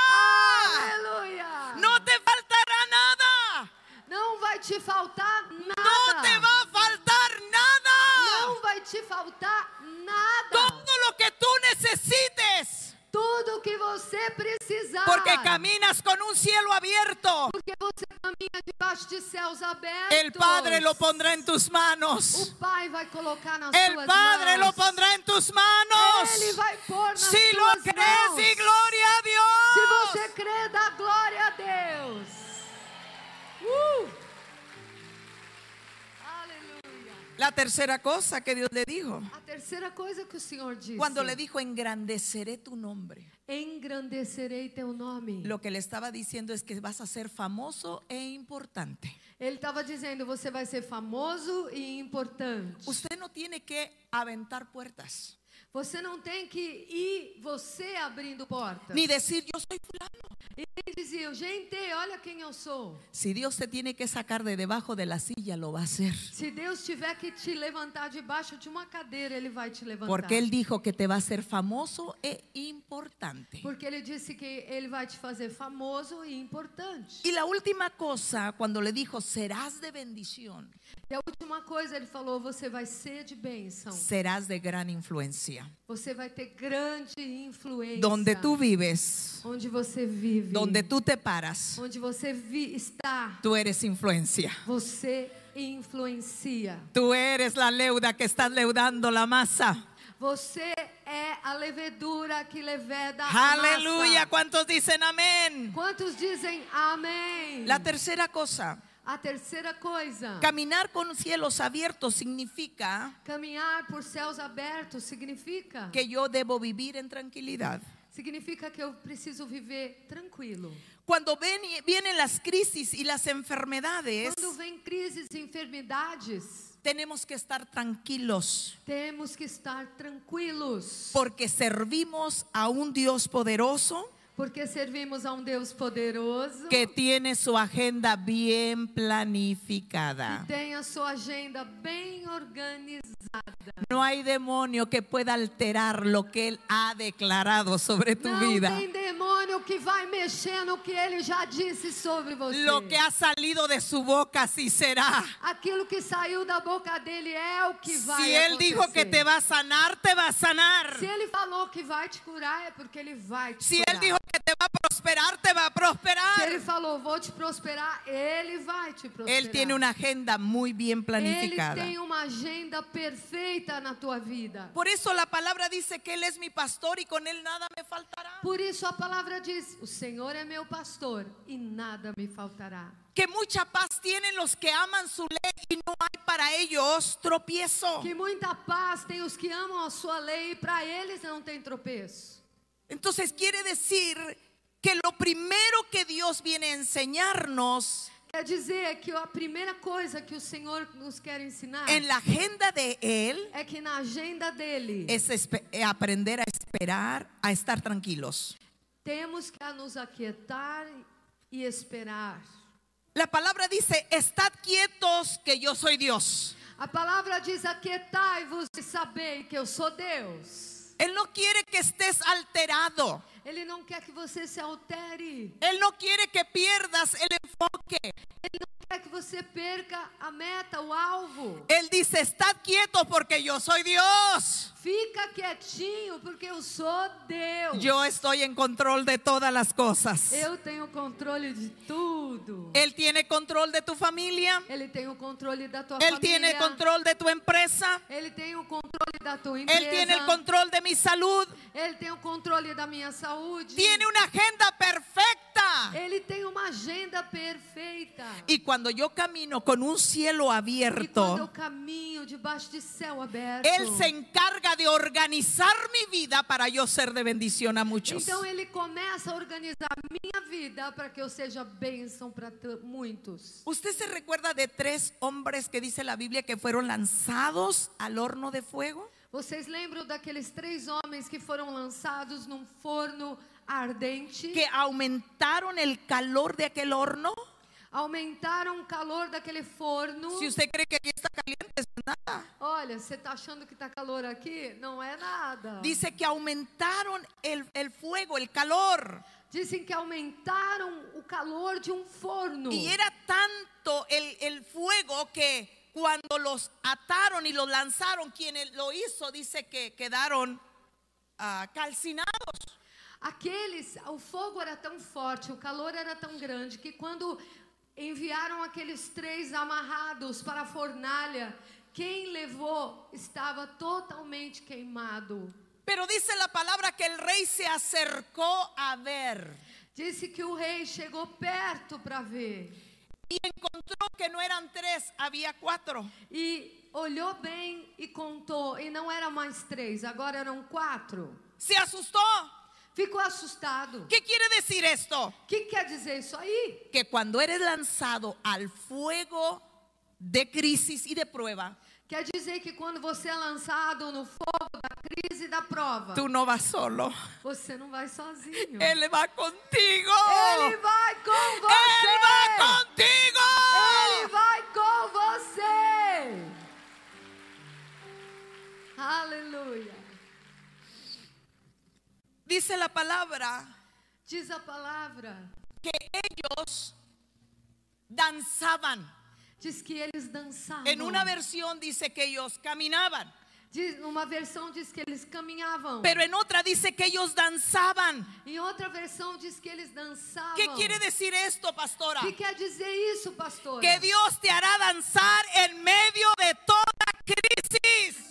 Speaker 2: Aleluia!
Speaker 1: No te faltará nada.
Speaker 2: Não vai te faltar nada.
Speaker 1: No te va a faltar nada.
Speaker 2: Não vai te faltar nada.
Speaker 1: Todo lo que tú necesites.
Speaker 2: Tudo o que você precisar.
Speaker 1: Porque caminas con un cielo abierto.
Speaker 2: Porque você caminha debaixo de céus abertos.
Speaker 1: El Padre lo pondrá en tus manos.
Speaker 2: O Pai vai colocar nas
Speaker 1: El
Speaker 2: tuas
Speaker 1: Padre
Speaker 2: mãos.
Speaker 1: lo pondrá en tus manos.
Speaker 2: Ele vai pôr nas
Speaker 1: Si lo
Speaker 2: tuas mãos.
Speaker 1: crees y gloria a
Speaker 2: Se
Speaker 1: Dios.
Speaker 2: você crê, dá glória a Deus. Uh!
Speaker 1: la tercera cosa que Dios le dijo?
Speaker 2: A terceira coisa que o Senhor disse:
Speaker 1: Cuando le dijo, engrandeceré tu nombre.
Speaker 2: engrandecerei teu nome.
Speaker 1: Lo que le estaba diciendo es que vas a ser famoso e importante.
Speaker 2: Ele estava dizendo: você vai ser famoso e importante.
Speaker 1: Usted no tiene que aventar puertas,
Speaker 2: Você não tem que ir você abrindo portas.
Speaker 1: ni decir yo soy fulano.
Speaker 2: E ele dizia: gente, olha quem eu sou.
Speaker 1: Si Dios te tiene que sacar de debajo de la silla, lo va a hacer.
Speaker 2: Se Deus tiver que te levantar debaixo de uma cadeira, Ele vai te levantar.
Speaker 1: Porque Él dijo que te va a ser famoso e importante.
Speaker 2: Porque Ele disse que Ele vai te fazer famoso e importante.
Speaker 1: Y la última cosa, cuando le dijo, serás de bendición,
Speaker 2: E a última coisa, Ele falou: você vai ser de bênção.
Speaker 1: serás de gran influencia.
Speaker 2: Você vai ter grande influência.
Speaker 1: Donde tú vives,
Speaker 2: Onde você vive.
Speaker 1: donde tú te paras,
Speaker 2: Onde você vi- está.
Speaker 1: tú eres influencia.
Speaker 2: Você influencia.
Speaker 1: Tú eres la leuda que estás leudando la masa.
Speaker 2: Você é a levedura que leveda
Speaker 1: Aleluya,
Speaker 2: a massa.
Speaker 1: ¿cuántos dicen amén?
Speaker 2: Quantos dizem amém?
Speaker 1: La tercera cosa,
Speaker 2: A terceira coisa.
Speaker 1: caminar con cielos abiertos significa
Speaker 2: Caminhar por céus abertos significa
Speaker 1: que yo debo vivir en tranquilidad.
Speaker 2: significa que eu preciso viver tranquilo.
Speaker 1: Cuando ven- vienen las crisis y las enfermedades,
Speaker 2: Quando vem crises e enfermidades,
Speaker 1: tenemos que estar tranquilos
Speaker 2: temos que estar tranquilos,
Speaker 1: porque servimos a un Dios poderoso
Speaker 2: porque servimos a um Deus poderoso
Speaker 1: que tiene su agenda bien
Speaker 2: que
Speaker 1: planificada.
Speaker 2: tem a sua agenda bem organizada.
Speaker 1: No hay demonio que pueda alterar lo que Él ha declarado sobre tu
Speaker 2: Não
Speaker 1: vida.
Speaker 2: tem demônio que vai mexer no que ele já disse sobre você.
Speaker 1: Lo que ha salido de su boca sí será.
Speaker 2: Aquilo que saiu da boca dele é o que vai
Speaker 1: Si Él dijo que
Speaker 2: acontecer.
Speaker 1: te va a sanar, te va a sanar.
Speaker 2: Se ele falou que vai te curar, é porque ele vai te
Speaker 1: Si
Speaker 2: curar.
Speaker 1: Él dijo que te va a prosperar, te va a
Speaker 2: Se ele
Speaker 1: prosperar.
Speaker 2: falou, vou te prosperar, ele vai te prosperar.
Speaker 1: Él tiene una agenda muy bien
Speaker 2: Ele
Speaker 1: planificada.
Speaker 2: tem uma agenda perfeita na tua vida.
Speaker 1: Por eso la palabra dice que Él es mi pastor y con Él nada me faltará.
Speaker 2: Por isso a palavra diz: O Senhor é meu pastor e nada me faltará.
Speaker 1: Que mucha paz tienen los que aman su ley y no hay para ellos tropiezo.
Speaker 2: Que muita paz tem os que amam a sua lei e para eles não tem tropeço.
Speaker 1: Entonces quiere decir que lo primero que Dios viene a enseñarnos
Speaker 2: Quer dizer que a primeira coisa que o Senhor nos quer ensinar
Speaker 1: en la agenda de Él
Speaker 2: é que na agenda dele
Speaker 1: es espe- eh, aprender a esperar, a estar tranquilos.
Speaker 2: temos que nos aquietar e esperar.
Speaker 1: La palabra dice, estad quietos que yo soy Dios.
Speaker 2: A palavra diz: Aquietai-vos e sabei que eu sou Deus.
Speaker 1: Él no quiere que estés alterado.
Speaker 2: Ele não quer que você se altere,
Speaker 1: Él no quiere que pierdas el enfoque.
Speaker 2: quer que você perca a meta, o alvo.
Speaker 1: Él dice, estad quietos porque yo soy Dios.
Speaker 2: Fica quietinho, porque eu sou Deus.
Speaker 1: Yo estoy en control de todas las cosas.
Speaker 2: Eu tenho controle de tudo.
Speaker 1: Él tiene control de tu familia.
Speaker 2: Ele tem o controle da tua
Speaker 1: Él
Speaker 2: família.
Speaker 1: tiene control de tu empresa.
Speaker 2: Ele tem o controle da tua empresa.
Speaker 1: Él tiene el control de mi salud.
Speaker 2: Ele tem o controle da minha saúde.
Speaker 1: Tiene una agenda perfecta.
Speaker 2: Ele tem uma agenda perfeita.
Speaker 1: Y cuando yo camino con un cielo
Speaker 2: E quando eu
Speaker 1: abierto,
Speaker 2: caminho debaixo de céu aberto,
Speaker 1: Él se encarga de organizar mi vida para yo ser de bendición a muchos.
Speaker 2: então ele começa a organizar a minha vida para que eu seja bênção para t- muitos.
Speaker 1: ¿Usted se recuerda de tres hombres que dice la Biblia que fueron lanzados al horno de fuego?
Speaker 2: Vocês lembram daqueles três homens que foram lançados num forno ardente?
Speaker 1: Que aumentaron el calor de aquel horno.
Speaker 2: Aumentaram o calor daquele forno.
Speaker 1: Si usted cree que aquí está caliente, es nada.
Speaker 2: Olha, você tá achando que tá calor aqui? Não é nada.
Speaker 1: Dice que aumentaron el, el fuego, el calor.
Speaker 2: Dizem que aumentaram o calor de um forno.
Speaker 1: Y era tanto el, el fuego que cuando los ataron y los lanzaron, quien lo hizo dice que quedaron ah, calcinados.
Speaker 2: Aqueles, o fogo era tão forte, o calor era tão grande que quando enviaram aqueles três amarrados para a fornalha, quem levou estava totalmente queimado.
Speaker 1: Pero dice la palabra que el rey se acercó a ver
Speaker 2: Disse que o rei chegou perto para ver
Speaker 1: y encontró que no eran tres, había cuatro.
Speaker 2: e olhou bem e contou, e não eram mais três, agora eram quatro.
Speaker 1: ¿Se asustó?
Speaker 2: Ficou assustado.
Speaker 1: ¿Qué quiere decir esto?
Speaker 2: O que quer dizer isso aí?
Speaker 1: Que cuando eres lanzado al fuego de crisis y de prueba,
Speaker 2: Quer dizer que quando você é lançado no fogo da crise e da prova,
Speaker 1: tú no vas solo.
Speaker 2: você não vai sozinho.
Speaker 1: Él va contigo.
Speaker 2: Ele vai com
Speaker 1: Él
Speaker 2: você.
Speaker 1: va contigo.
Speaker 2: Ele vai com você. Aleluia.
Speaker 1: Dice la palabra
Speaker 2: Diz a palavra.
Speaker 1: que ellos danzaban.
Speaker 2: Diz que eles dançavam.
Speaker 1: En una versión dice que ellos caminaban,
Speaker 2: Diz- numa versão diz que eles caminhavam.
Speaker 1: pero en otra dice que ellos danzaban.
Speaker 2: Em outra versão diz que eles dançavam.
Speaker 1: ¿Qué quiere decir esto, pastora?
Speaker 2: que quer dizer isso, pastor?
Speaker 1: Que Dios te hará danzar en medio de toda crisis.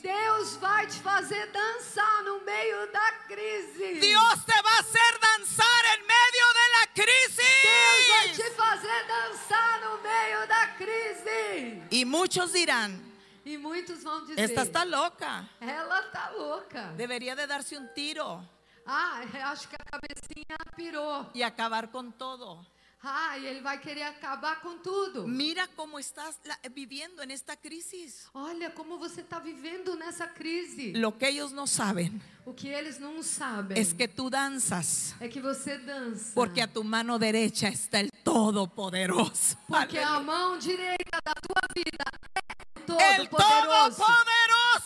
Speaker 2: Deus vai te fazer dançar no meio da crise.
Speaker 1: Dios te va a hacer danzar en medio de la
Speaker 2: Deus vai
Speaker 1: crisis.
Speaker 2: te fazer dançar no meio da crise.
Speaker 1: Y muchos dirán,
Speaker 2: E muitos vão dizer:
Speaker 1: esta está loca,
Speaker 2: Ela tá louca.
Speaker 1: debería de darse un tiro
Speaker 2: Ah, eu acho que a cabecinha pirou.
Speaker 1: y acabar con todo.
Speaker 2: Ah, e ele vai querer acabar com tudo.
Speaker 1: Mira cómo estás la- viviendo en esta crisis.
Speaker 2: Olha como você está vivendo nessa crise.
Speaker 1: Lo que ellos no saben
Speaker 2: O que eles não sabem
Speaker 1: es que tú danzas
Speaker 2: é que você dança.
Speaker 1: porque a tu mano derecha está el Todopoderoso.
Speaker 2: Porque a
Speaker 1: Aleluya.
Speaker 2: mão direita da tua vida é o
Speaker 1: El
Speaker 2: Todo-Poderoso.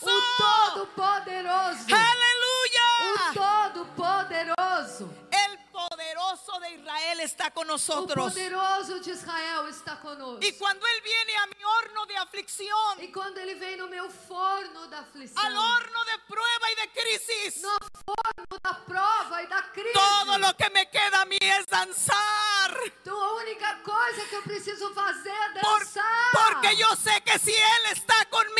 Speaker 1: Todopoderoso.
Speaker 2: O Todo-Poderoso. O
Speaker 1: Aleluya.
Speaker 2: Todo-Poderoso.
Speaker 1: El poderoso de Israel está con
Speaker 2: O
Speaker 1: nosotros.
Speaker 2: poderoso de Israel está conosco.
Speaker 1: Y cuando Él viene a mi horno de aflicción,
Speaker 2: E quando ele vem no meu forno da aflição,
Speaker 1: al horno de prueba y de crisis,
Speaker 2: no forno da prova e da crise,
Speaker 1: todo lo que me queda a mí es danzar.
Speaker 2: então a única coisa que eu preciso fazer é
Speaker 1: Por-
Speaker 2: dançar.
Speaker 1: porque yo sé que si Él está conmigo,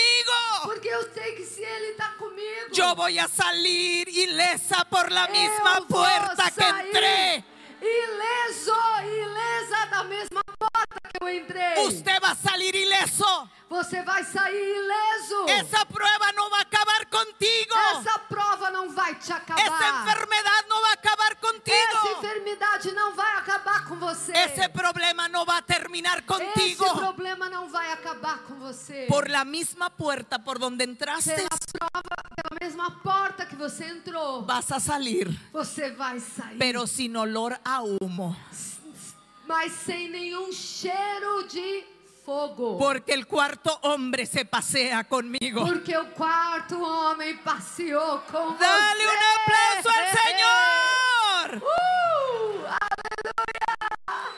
Speaker 2: Porque eu sei que se ele está comigo,
Speaker 1: yo voy a salir ilesa por la
Speaker 2: eu
Speaker 1: misma
Speaker 2: vou
Speaker 1: puerta que
Speaker 2: sair
Speaker 1: entré.
Speaker 2: Ileso, ilesa da mesma porta que eu entrei.
Speaker 1: Usted va a salir ileso.
Speaker 2: Você vai sair ileso.
Speaker 1: Esa prueba no va a acabar contigo.
Speaker 2: Essa prova não vai te
Speaker 1: Esa
Speaker 2: acabar.
Speaker 1: enfermedad no va a acabar
Speaker 2: Essa
Speaker 1: contigo.
Speaker 2: enfermidade não vai acabar com você.
Speaker 1: Ese problema no va a terminar
Speaker 2: Esse
Speaker 1: contigo.
Speaker 2: problema não vai acabar com você.
Speaker 1: Por la misma puerta por donde entraste,
Speaker 2: pela prova, pela mesma porta que você entrou,
Speaker 1: vas a salir,
Speaker 2: você vai sair.
Speaker 1: pero sin olor a humo.
Speaker 2: Mas sem nenhum cheiro de fogo.
Speaker 1: Porque el cuarto hombre se pasea conmigo.
Speaker 2: Porque o quarto homem passeou com você.
Speaker 1: Dale un um aplauso al Señor.
Speaker 2: Uh, aleluia!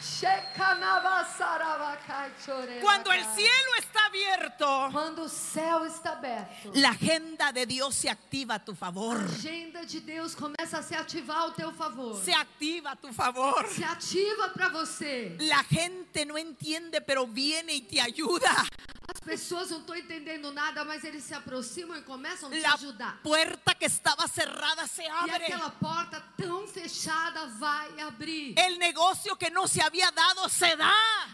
Speaker 2: Shekanabasarabakaichoreba.
Speaker 1: Cuando el cielo está abierto,
Speaker 2: Quando o céu está aberto,
Speaker 1: la agenda de Dios se activa a tu
Speaker 2: a
Speaker 1: favor.
Speaker 2: agenda de Deus começa a se ativar ao teu favor.
Speaker 1: Se activa a tu favor.
Speaker 2: Se ativa para você.
Speaker 1: La gente no entiende, pero viene y te ayuda.
Speaker 2: As pessoas não estão entendendo nada, mas eles se aproximam e começam a te
Speaker 1: La
Speaker 2: ajudar.
Speaker 1: puerta que estaba cerrada se
Speaker 2: E
Speaker 1: abre.
Speaker 2: aquela porta tão fechada vai abrir.
Speaker 1: El negocio que no se había dado se da.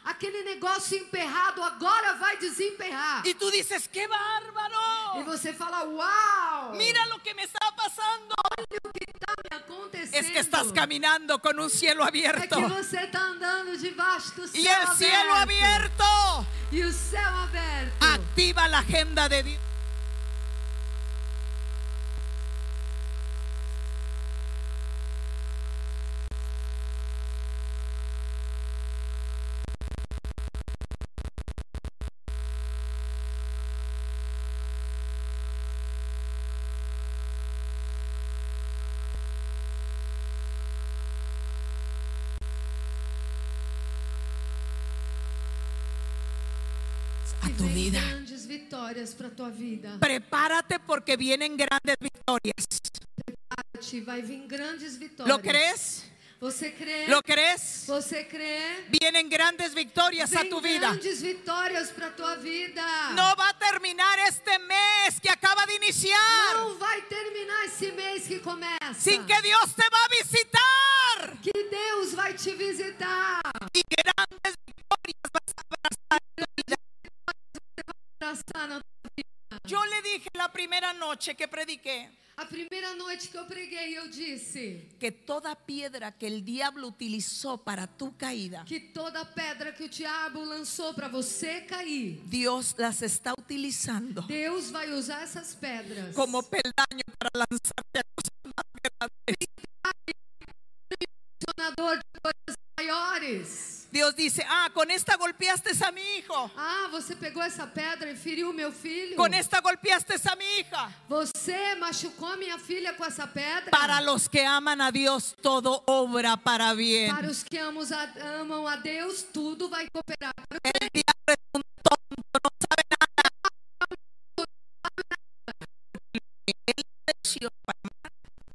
Speaker 2: Aquele negócio emperrado agora vai desemperrar.
Speaker 1: Y tú dices, qué
Speaker 2: E
Speaker 1: bárbaro.
Speaker 2: você fala, uau!
Speaker 1: Mira lo que me está pasando.
Speaker 2: tá me acontecendo.
Speaker 1: Es que estás caminando con un cielo
Speaker 2: É
Speaker 1: abierto.
Speaker 2: que você tá andando debaixo do céu
Speaker 1: Y el
Speaker 2: aberto.
Speaker 1: é cielo abierto
Speaker 2: E o céu aberto.
Speaker 1: activa la agenda de Dios.
Speaker 2: E
Speaker 1: A tu
Speaker 2: vem
Speaker 1: vida.
Speaker 2: grandes vitórias para tua vida.
Speaker 1: Prepárate porque vienen grandes victorias.
Speaker 2: Te Vai vir grandes vitórias.
Speaker 1: ¿Lo crees?
Speaker 2: Você crê?
Speaker 1: ¿Lo crees?
Speaker 2: Você crê?
Speaker 1: Vienen grandes victorias a
Speaker 2: Vem
Speaker 1: tu vida.
Speaker 2: grandes vitórias para tua vida.
Speaker 1: No va a terminar este mes que acaba de iniciar
Speaker 2: Não vai terminar esse mês que começa.
Speaker 1: sin que Dios te va a visitar.
Speaker 2: Que Deus vai te visitar. E grandes vitórias dançando.
Speaker 1: Yo le dije la primera noche que prediqué
Speaker 2: A primeira noite que eu preguei, eu disse
Speaker 1: que toda piedra que el diablo utilizó para tu caída,
Speaker 2: que toda pedra que o diabo lançou para você cair,
Speaker 1: Dios las está utilizando
Speaker 2: Deus vai usar essas pedras
Speaker 1: como peldaño para lanzarte a cosas más grandes.
Speaker 2: impulsionador de coisas maiores.
Speaker 1: Dios dice, ah, con esta golpeaste a mi hijo,
Speaker 2: Ah, você pegou essa pedra e feriu meu filho?
Speaker 1: con esta golpeaste a mi hija.
Speaker 2: Você machucou minha filha com essa pedra?
Speaker 1: Para los que aman a Dios, todo obra para bien.
Speaker 2: Para os que amos a- amam a Deus, tudo vai cooperar para o
Speaker 1: El diablo es un tonto, no sabe nada. Él decidió para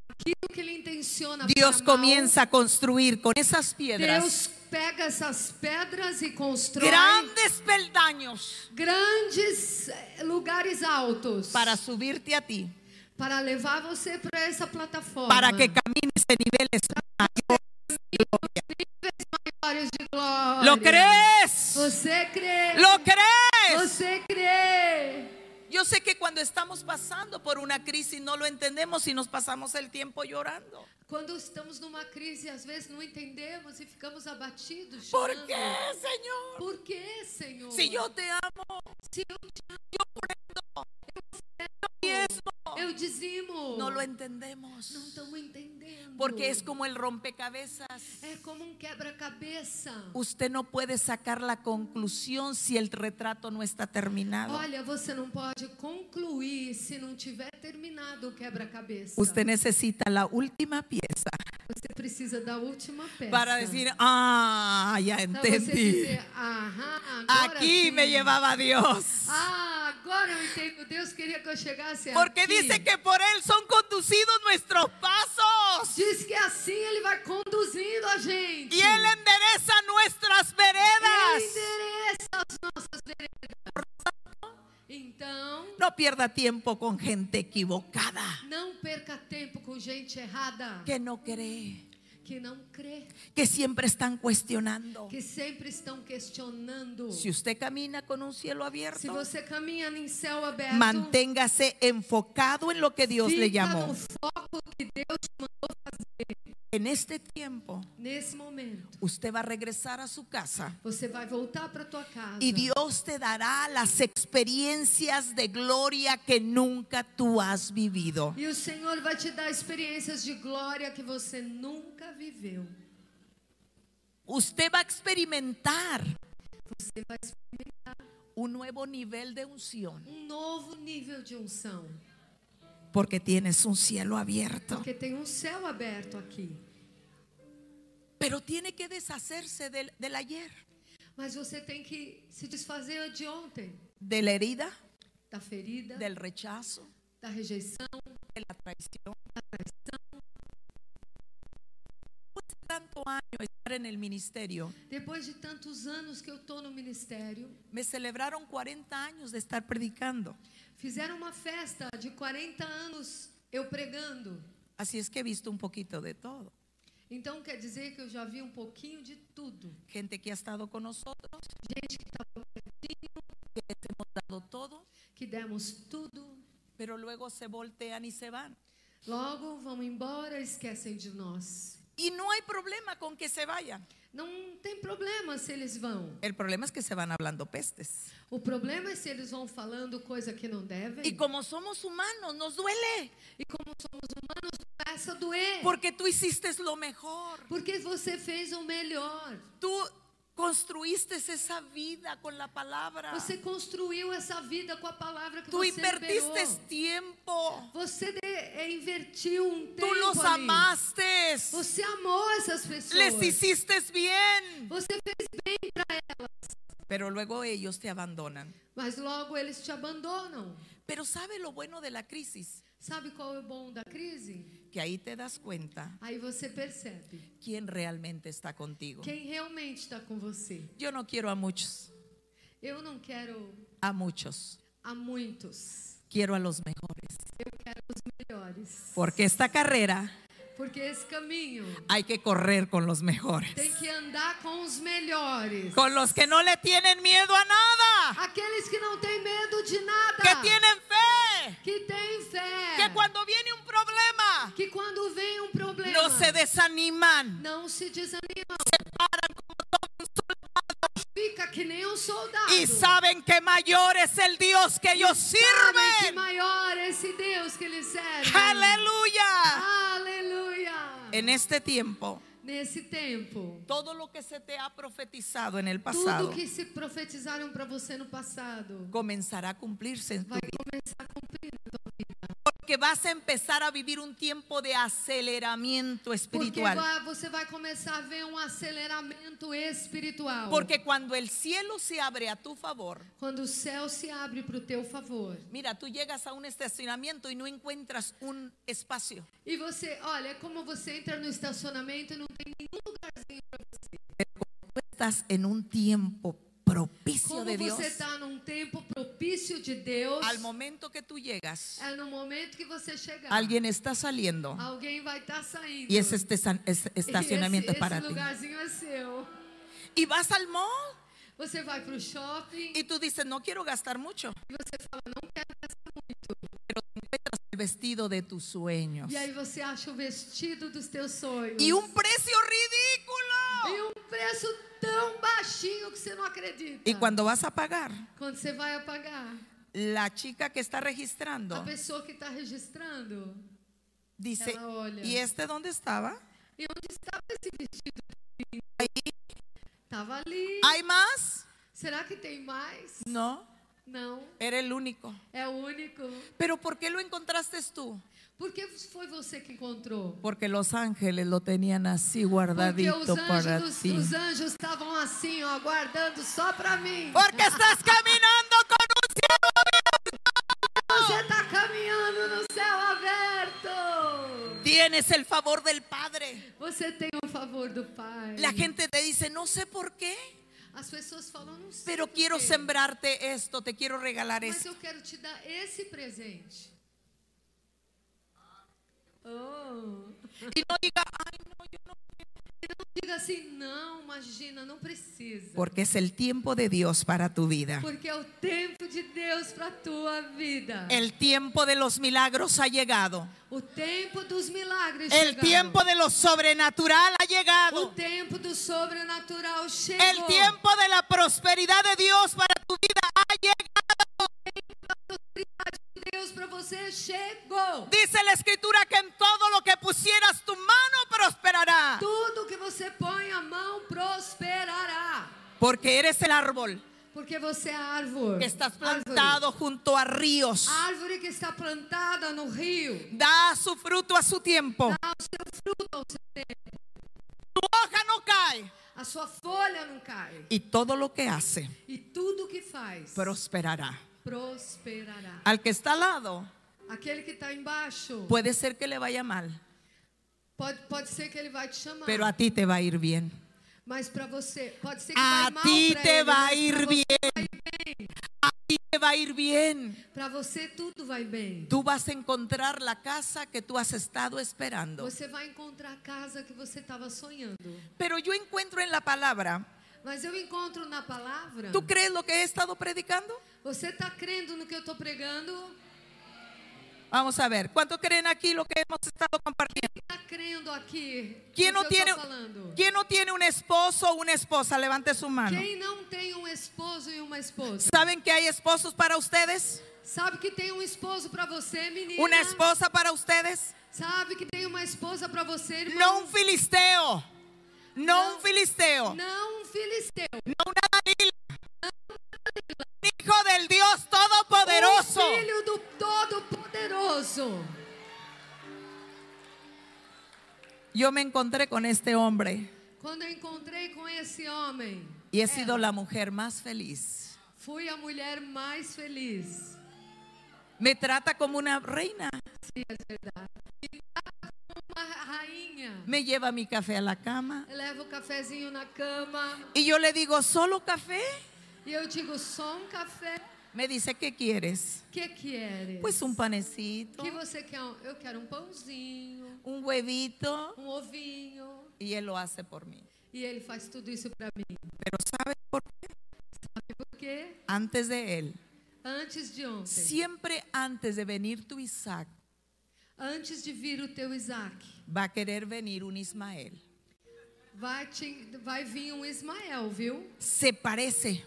Speaker 2: aquilo que ele intenciona
Speaker 1: Dios
Speaker 2: para mal.
Speaker 1: comienza a construir con esas piedras
Speaker 2: Deus pega essas pedras e constrói
Speaker 1: grandes peldaños
Speaker 2: grandes eh, lugares altos
Speaker 1: para subirte a ti,
Speaker 2: para levar você para essa plataforma.
Speaker 1: para que camines en niveles mayores de gloria.
Speaker 2: Glórias de glória.
Speaker 1: ¿Lo crees?
Speaker 2: Você crê.
Speaker 1: ¿Lo crees?
Speaker 2: Você crê.
Speaker 1: Yo sé que cuando estamos pasando por una crisis no lo entendemos y nos pasamos el tiempo llorando.
Speaker 2: Quando estamos numa crise, às vezes não entendemos e ficamos abatidos.
Speaker 1: ¿Por
Speaker 2: chorando.
Speaker 1: qué, Señor?
Speaker 2: Por quê, Senhor?
Speaker 1: Si yo te amo,
Speaker 2: Se eu, te
Speaker 1: diezmo.
Speaker 2: amo, eu dizimo.
Speaker 1: No lo entendemos.
Speaker 2: Não estamos entendendo.
Speaker 1: Porque es como el rompecabezas.
Speaker 2: É como um quebra-cabeça.
Speaker 1: Usted no puede sacar la conclusión si el retrato no está terminado.
Speaker 2: Olha, você não pode concluir se não tiver terminado o quebra-cabeça.
Speaker 1: Usted necesita la última pieza
Speaker 2: Você precisa da última peça.
Speaker 1: para decir, ah, ya
Speaker 2: Pra você
Speaker 1: entendí.
Speaker 2: dizer, aham, agora
Speaker 1: Aquí
Speaker 2: sim.
Speaker 1: me llevaba Dios.
Speaker 2: Ah, agora eu entendo. Deus queria que eu chegasse
Speaker 1: Porque
Speaker 2: aqui.
Speaker 1: dice que por Él son conducidos nuestros pasos.
Speaker 2: Diz que assim ele vai conduzindo a gente.
Speaker 1: Y Él endereza nuestras
Speaker 2: Ele
Speaker 1: veredas.
Speaker 2: endereça as nossas veredas. Então,
Speaker 1: No pierda tiempo con gente equivocada
Speaker 2: não perca tempo com gente errada
Speaker 1: que no cree,
Speaker 2: que não crê,
Speaker 1: que siempre están cuestionando.
Speaker 2: que sempre estão questionando.
Speaker 1: Si usted camina con un cielo
Speaker 2: Se
Speaker 1: abierto,
Speaker 2: você caminha em céu aberto,
Speaker 1: manténgase enfocado en lo que Dios
Speaker 2: fica
Speaker 1: le llamó.
Speaker 2: no foco que Deus
Speaker 1: En este tiempo,
Speaker 2: nesse momento.
Speaker 1: usted va a regresar a su casa
Speaker 2: Você vai voltar para tua casa.
Speaker 1: y Dios te dará las experiencias de gloria que nunca tú has vivido.
Speaker 2: E o Senhor vai te dar experiências de glória que você nunca viveu.
Speaker 1: Usted va a experimentar un nuevo nivel de unción
Speaker 2: Um novo nível de unção.
Speaker 1: porque tienes un cielo abierto.
Speaker 2: Porque tem um céu aberto aqui.
Speaker 1: Pero tiene que deshacerse del, del ayer,
Speaker 2: Mas você tem que se desfazer de ontem.
Speaker 1: de la herida,
Speaker 2: Da ferida,
Speaker 1: del rechazo,
Speaker 2: da rejeição.
Speaker 1: de la traición. Después de tanto año estar en el ministerio,
Speaker 2: Depois de tantos anos que eu tô no ministério,
Speaker 1: me celebraron 40 años de estar predicando.
Speaker 2: fizeram uma festa de 40 anos eu pregando.
Speaker 1: Así es que he visto un poquito de todo.
Speaker 2: Então quer dizer que eu já vi um pouquinho de tudo.
Speaker 1: Gente que ha estado con nosotros,
Speaker 2: Gente que, tá,
Speaker 1: hemos dado todo,
Speaker 2: que demos tudo,
Speaker 1: pero luego se voltean y se van.
Speaker 2: logo vão embora, esquecem de nós.
Speaker 1: Y no hay problema con que se vayan.
Speaker 2: Não tem problema se eles vão.
Speaker 1: El problema es que se van hablando pestes.
Speaker 2: O problema é se eles vão falando coisa que não devem.
Speaker 1: Y como somos humanos, nos duele.
Speaker 2: E como somos humanos, começa a doer.
Speaker 1: Porque tú hiciste lo mejor.
Speaker 2: Porque você fez o melhor.
Speaker 1: Tú construiste esa vida con la palabra.
Speaker 2: Você construiu essa vida com a palavra que
Speaker 1: Tú
Speaker 2: você
Speaker 1: invertiste
Speaker 2: liberou.
Speaker 1: tiempo.
Speaker 2: Você de- é, invertiu um tempo
Speaker 1: Tú los
Speaker 2: ali.
Speaker 1: amaste.
Speaker 2: Você amou essas pessoas.
Speaker 1: Les hiciste bien.
Speaker 2: Você fez bem para
Speaker 1: Pero luego ellos te abandonan.
Speaker 2: Mas logo eles te abandonam.
Speaker 1: Pero ¿sabe lo bueno de la crisis?
Speaker 2: Sabe qual é o bom da crise?
Speaker 1: Que ahí te das cuenta
Speaker 2: Aí você percebe
Speaker 1: quién realmente está contigo.
Speaker 2: quem realmente está com você.
Speaker 1: Yo no quiero a muchos,
Speaker 2: Eu não quero
Speaker 1: a muchos.
Speaker 2: a muitos
Speaker 1: Quiero a los mejores.
Speaker 2: melhores.
Speaker 1: Porque esta carrera
Speaker 2: Porque esse caminho
Speaker 1: hay que correr con los mejores.
Speaker 2: tem que andar com os melhores.
Speaker 1: Con los que no le tienen miedo a nada.
Speaker 2: Aqueles que não têm medo de nada.
Speaker 1: Que tienen fe.
Speaker 2: que têm fé.
Speaker 1: Que cuando viene un problema,
Speaker 2: que quando vem um problema,
Speaker 1: no se desaniman.
Speaker 2: não se desanimam. Fica que nem um soldado.
Speaker 1: Y saben que mayor es el Dios que ellos
Speaker 2: Sabem que
Speaker 1: sirven.
Speaker 2: maior é esse Deus que eles servem.
Speaker 1: Aleluya.
Speaker 2: Aleluia.
Speaker 1: En este tiempo,
Speaker 2: Nesse tempo,
Speaker 1: todo lo que se te ha profetizado en el
Speaker 2: tudo
Speaker 1: pasado
Speaker 2: que se profetizaram para você no passado
Speaker 1: comenzará a cumplirse en tu
Speaker 2: vai
Speaker 1: vida.
Speaker 2: começar a cumprir.
Speaker 1: Porque vas a empezar a vivir un tiempo de aceleramiento
Speaker 2: Porque
Speaker 1: espiritual.
Speaker 2: vai- você vai começar a ver um aceleramento espiritual.
Speaker 1: Porque cuando el cielo se abre a tu favor,
Speaker 2: quando o céu se abre para o teu favor.
Speaker 1: mira, tú llegas a un estacionamiento y no encuentras un espacio.
Speaker 2: E você, olha, é como você entra no estacionamento e não tem
Speaker 1: Estás en un tiempo propicio
Speaker 2: como
Speaker 1: de Dios.
Speaker 2: você está num tempo propício de Deus.
Speaker 1: Al momento que tú llegas,
Speaker 2: é no momento que você chegar.
Speaker 1: alguien está saliendo
Speaker 2: alguém vai estar saindo.
Speaker 1: y ese estesa- es-
Speaker 2: E
Speaker 1: estacionamiento es
Speaker 2: esse,
Speaker 1: para
Speaker 2: esse
Speaker 1: ti.
Speaker 2: lugarzinho é seu.
Speaker 1: Y vas al mall
Speaker 2: Você vai pro shopping
Speaker 1: y tú dices, no quiero gastar mucho. Pero encuentras el vestido de tus sueños
Speaker 2: e aí você acha o vestido dos teus sonhos.
Speaker 1: y un precio ridículo.
Speaker 2: E um preço tão baixinho que você não acredita.
Speaker 1: Y cuando vas a pagar,
Speaker 2: Quando você vai apagar,
Speaker 1: la chica que está registrando
Speaker 2: a pessoa que está registrando,
Speaker 1: dice,
Speaker 2: Ela olha.
Speaker 1: ¿y este dónde estaba?
Speaker 2: tava ali.
Speaker 1: ¿Hay más?
Speaker 2: Será que tem mais?
Speaker 1: No,
Speaker 2: Não,
Speaker 1: era el único.
Speaker 2: é o único.
Speaker 1: Pero ¿por qué lo encontraste tú?
Speaker 2: Por que foi você que encontrou?
Speaker 1: Porque los ángeles lo tenían así
Speaker 2: Porque os
Speaker 1: guardadito para
Speaker 2: anjos,
Speaker 1: ti.
Speaker 2: os anjos estavam assim, ó, guardando só pra mim.
Speaker 1: Porque estás caminando con un
Speaker 2: Você tá caminhando no céu aberto.
Speaker 1: Tienes el favor del Padre.
Speaker 2: Você tem o favor do Pai.
Speaker 1: La gente te dice, no sé por qué,
Speaker 2: As pessoas falam, não sei.
Speaker 1: pero
Speaker 2: por
Speaker 1: quiero
Speaker 2: quê,
Speaker 1: sembrarte esto, te quiero regalar
Speaker 2: Mas
Speaker 1: esto.
Speaker 2: eu quero te dar esse presente. Oh.
Speaker 1: Y no diga, "Ay,
Speaker 2: Diga assim, não, imagina, não precisa.
Speaker 1: porque es el tiempo de Dios para tu vida.
Speaker 2: Porque é o tempo de Deus pra tua vida.
Speaker 1: El tiempo de los milagros ha llegado.
Speaker 2: O tempo dos milagres
Speaker 1: El
Speaker 2: chegaram.
Speaker 1: tiempo de lo sobrenatural ha
Speaker 2: O
Speaker 1: llegado.
Speaker 2: tempo do sobrenatural chegou.
Speaker 1: El tiempo de la prosperidad de Dios para tu vida ha llegado.
Speaker 2: de Deus para você chegou.
Speaker 1: Dice la escritura que en todo lo que pusieras tu mano prosperará.
Speaker 2: Tudo que você põe a mão prosperará.
Speaker 1: Porque eres el árbol
Speaker 2: Porque você é árvore.
Speaker 1: que estás plantado junto a ríos.
Speaker 2: Árvore, Árvore que está plantada no rio.
Speaker 1: Da su fruto a su tiempo. Tu hoja no cae.
Speaker 2: A sua folha não cai.
Speaker 1: Y todo lo que hace
Speaker 2: E tudo que faz
Speaker 1: prosperará.
Speaker 2: prosperará.
Speaker 1: Al que está al lado,
Speaker 2: Aquele que está embaixo,
Speaker 1: puede ser que le vaya mal,
Speaker 2: pode, pode ser que ele vai te chamar.
Speaker 1: pero a ti te va a ir bien.
Speaker 2: Mas para você, pode ser que
Speaker 1: A
Speaker 2: vai mal
Speaker 1: ti
Speaker 2: pra
Speaker 1: te
Speaker 2: ele,
Speaker 1: va a
Speaker 2: mas pra
Speaker 1: ir
Speaker 2: vo-
Speaker 1: bien. A ti te va a ir bien.
Speaker 2: Pra você tudo vai bem.
Speaker 1: Tú vas a encontrar la casa que tú has estado esperando.
Speaker 2: Você vai encontrar a casa que você estava sonhando.
Speaker 1: Pero yo encuentro en la palabra.
Speaker 2: Mas eu encontro na palavra.
Speaker 1: ¿Tú crees lo que he estado predicando?
Speaker 2: Você está crendo no que eu estou pregando?
Speaker 1: Vamos a ver. ¿Cuántos creen aquí lo que hemos estado compartiendo?
Speaker 2: Está tá crendo aqui?
Speaker 1: ¿Quién
Speaker 2: no
Speaker 1: no
Speaker 2: que eu
Speaker 1: tiene, um,
Speaker 2: tô falando?
Speaker 1: ¿quién no tiene un esposo o una esposa? Levante su mano.
Speaker 2: Quem não tem um esposo e uma esposa?
Speaker 1: ¿Saben que hay esposos para ustedes?
Speaker 2: Sabe que tem um esposo para você, menina?
Speaker 1: ¿Una esposa para ustedes?
Speaker 2: Sabe que tem uma esposa para você,
Speaker 1: No
Speaker 2: irmão?
Speaker 1: un filisteo. No un filisteo.
Speaker 2: Não um filisteu.
Speaker 1: Hijo del Dios Todopoderoso.
Speaker 2: Um filho do Todo-Poderoso.
Speaker 1: Yo me encontré con este hombre
Speaker 2: Quando eu encontrei com esse homem,
Speaker 1: y he sido la mujer más feliz.
Speaker 2: fui a mulher mais feliz.
Speaker 1: Me trata como una reina.
Speaker 2: Uma rainha.
Speaker 1: Me lleva mi café a la cama.
Speaker 2: Leva o cafezinho na cama.
Speaker 1: Y yo le digo, ¿solo café?
Speaker 2: E eu digo, só um café.
Speaker 1: Me dice, ¿qué quieres?
Speaker 2: Que quieres?
Speaker 1: Pues um panecito,
Speaker 2: Que você quer? um- Eu quero um pãozinho,
Speaker 1: un huevito.
Speaker 2: um ovinho.
Speaker 1: Y él lo hace por mí.
Speaker 2: E ele faz tudo isso para mim.
Speaker 1: Pero ¿sabe por qué?
Speaker 2: Porque
Speaker 1: Antes de él,
Speaker 2: antes de ontem,
Speaker 1: siempre antes de venir tu Isaac,
Speaker 2: antes de vir o teu Isaac,
Speaker 1: va a querer venir un Ismael.
Speaker 2: vai, te, vai vir um Ismael, viu?
Speaker 1: Se parece,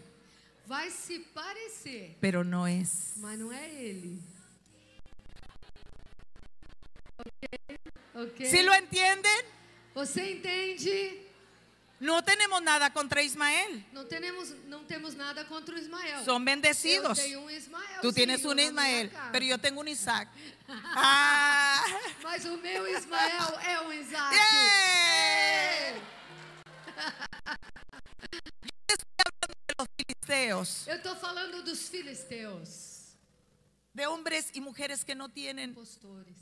Speaker 2: Vai se parecer,
Speaker 1: pero no es.
Speaker 2: mas não é ele. Ok? Ok?
Speaker 1: ¿Sí lo entienden?
Speaker 2: Você entende?
Speaker 1: No tenemos nada contra Ismael.
Speaker 2: Não temos, não temos nada contra o Ismael.
Speaker 1: Son
Speaker 2: Eu
Speaker 1: bendecidos.
Speaker 2: tenho um Ismael.
Speaker 1: Tú tienes un Ismael, pero yo tengo un Isaac. Ah.
Speaker 2: Mas o meu Ismael é um Isaac.
Speaker 1: ¡Bien! Los filisteos,
Speaker 2: Eu tô falando dos filisteus,
Speaker 1: de hombres y mujeres que no
Speaker 2: Pues,
Speaker 1: tienen
Speaker 2: pastores.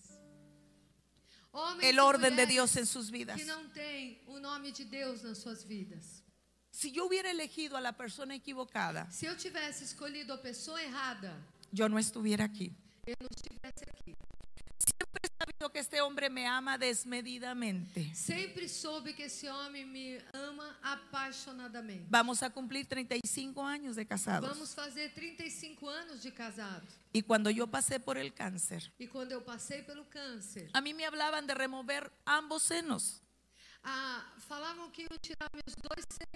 Speaker 2: Homens
Speaker 1: el
Speaker 2: e
Speaker 1: orden de
Speaker 2: mulheres
Speaker 1: Dios en sus vidas.
Speaker 2: que não tem o nome de Deus nas suas vidas.
Speaker 1: Si yo hubiera elegido a la persona equivocada,
Speaker 2: Se eu tivesse escolhido a pessoa errada,
Speaker 1: yo no estuviera aquí. Siempre he sabido que este hombre me ama desmedidamente.
Speaker 2: sempre soube que esse homem me ama apaixonadamente.
Speaker 1: Vamos a cumplir 35 años de casados.
Speaker 2: Vamos fazer 35 anos de casado.
Speaker 1: Y cuando yo pasé por el cáncer,
Speaker 2: E quando eu passei pelo câncer,
Speaker 1: a mí me hablaban de remover ambos senos.
Speaker 2: Ah, falavam que eu tirava meus dois seios.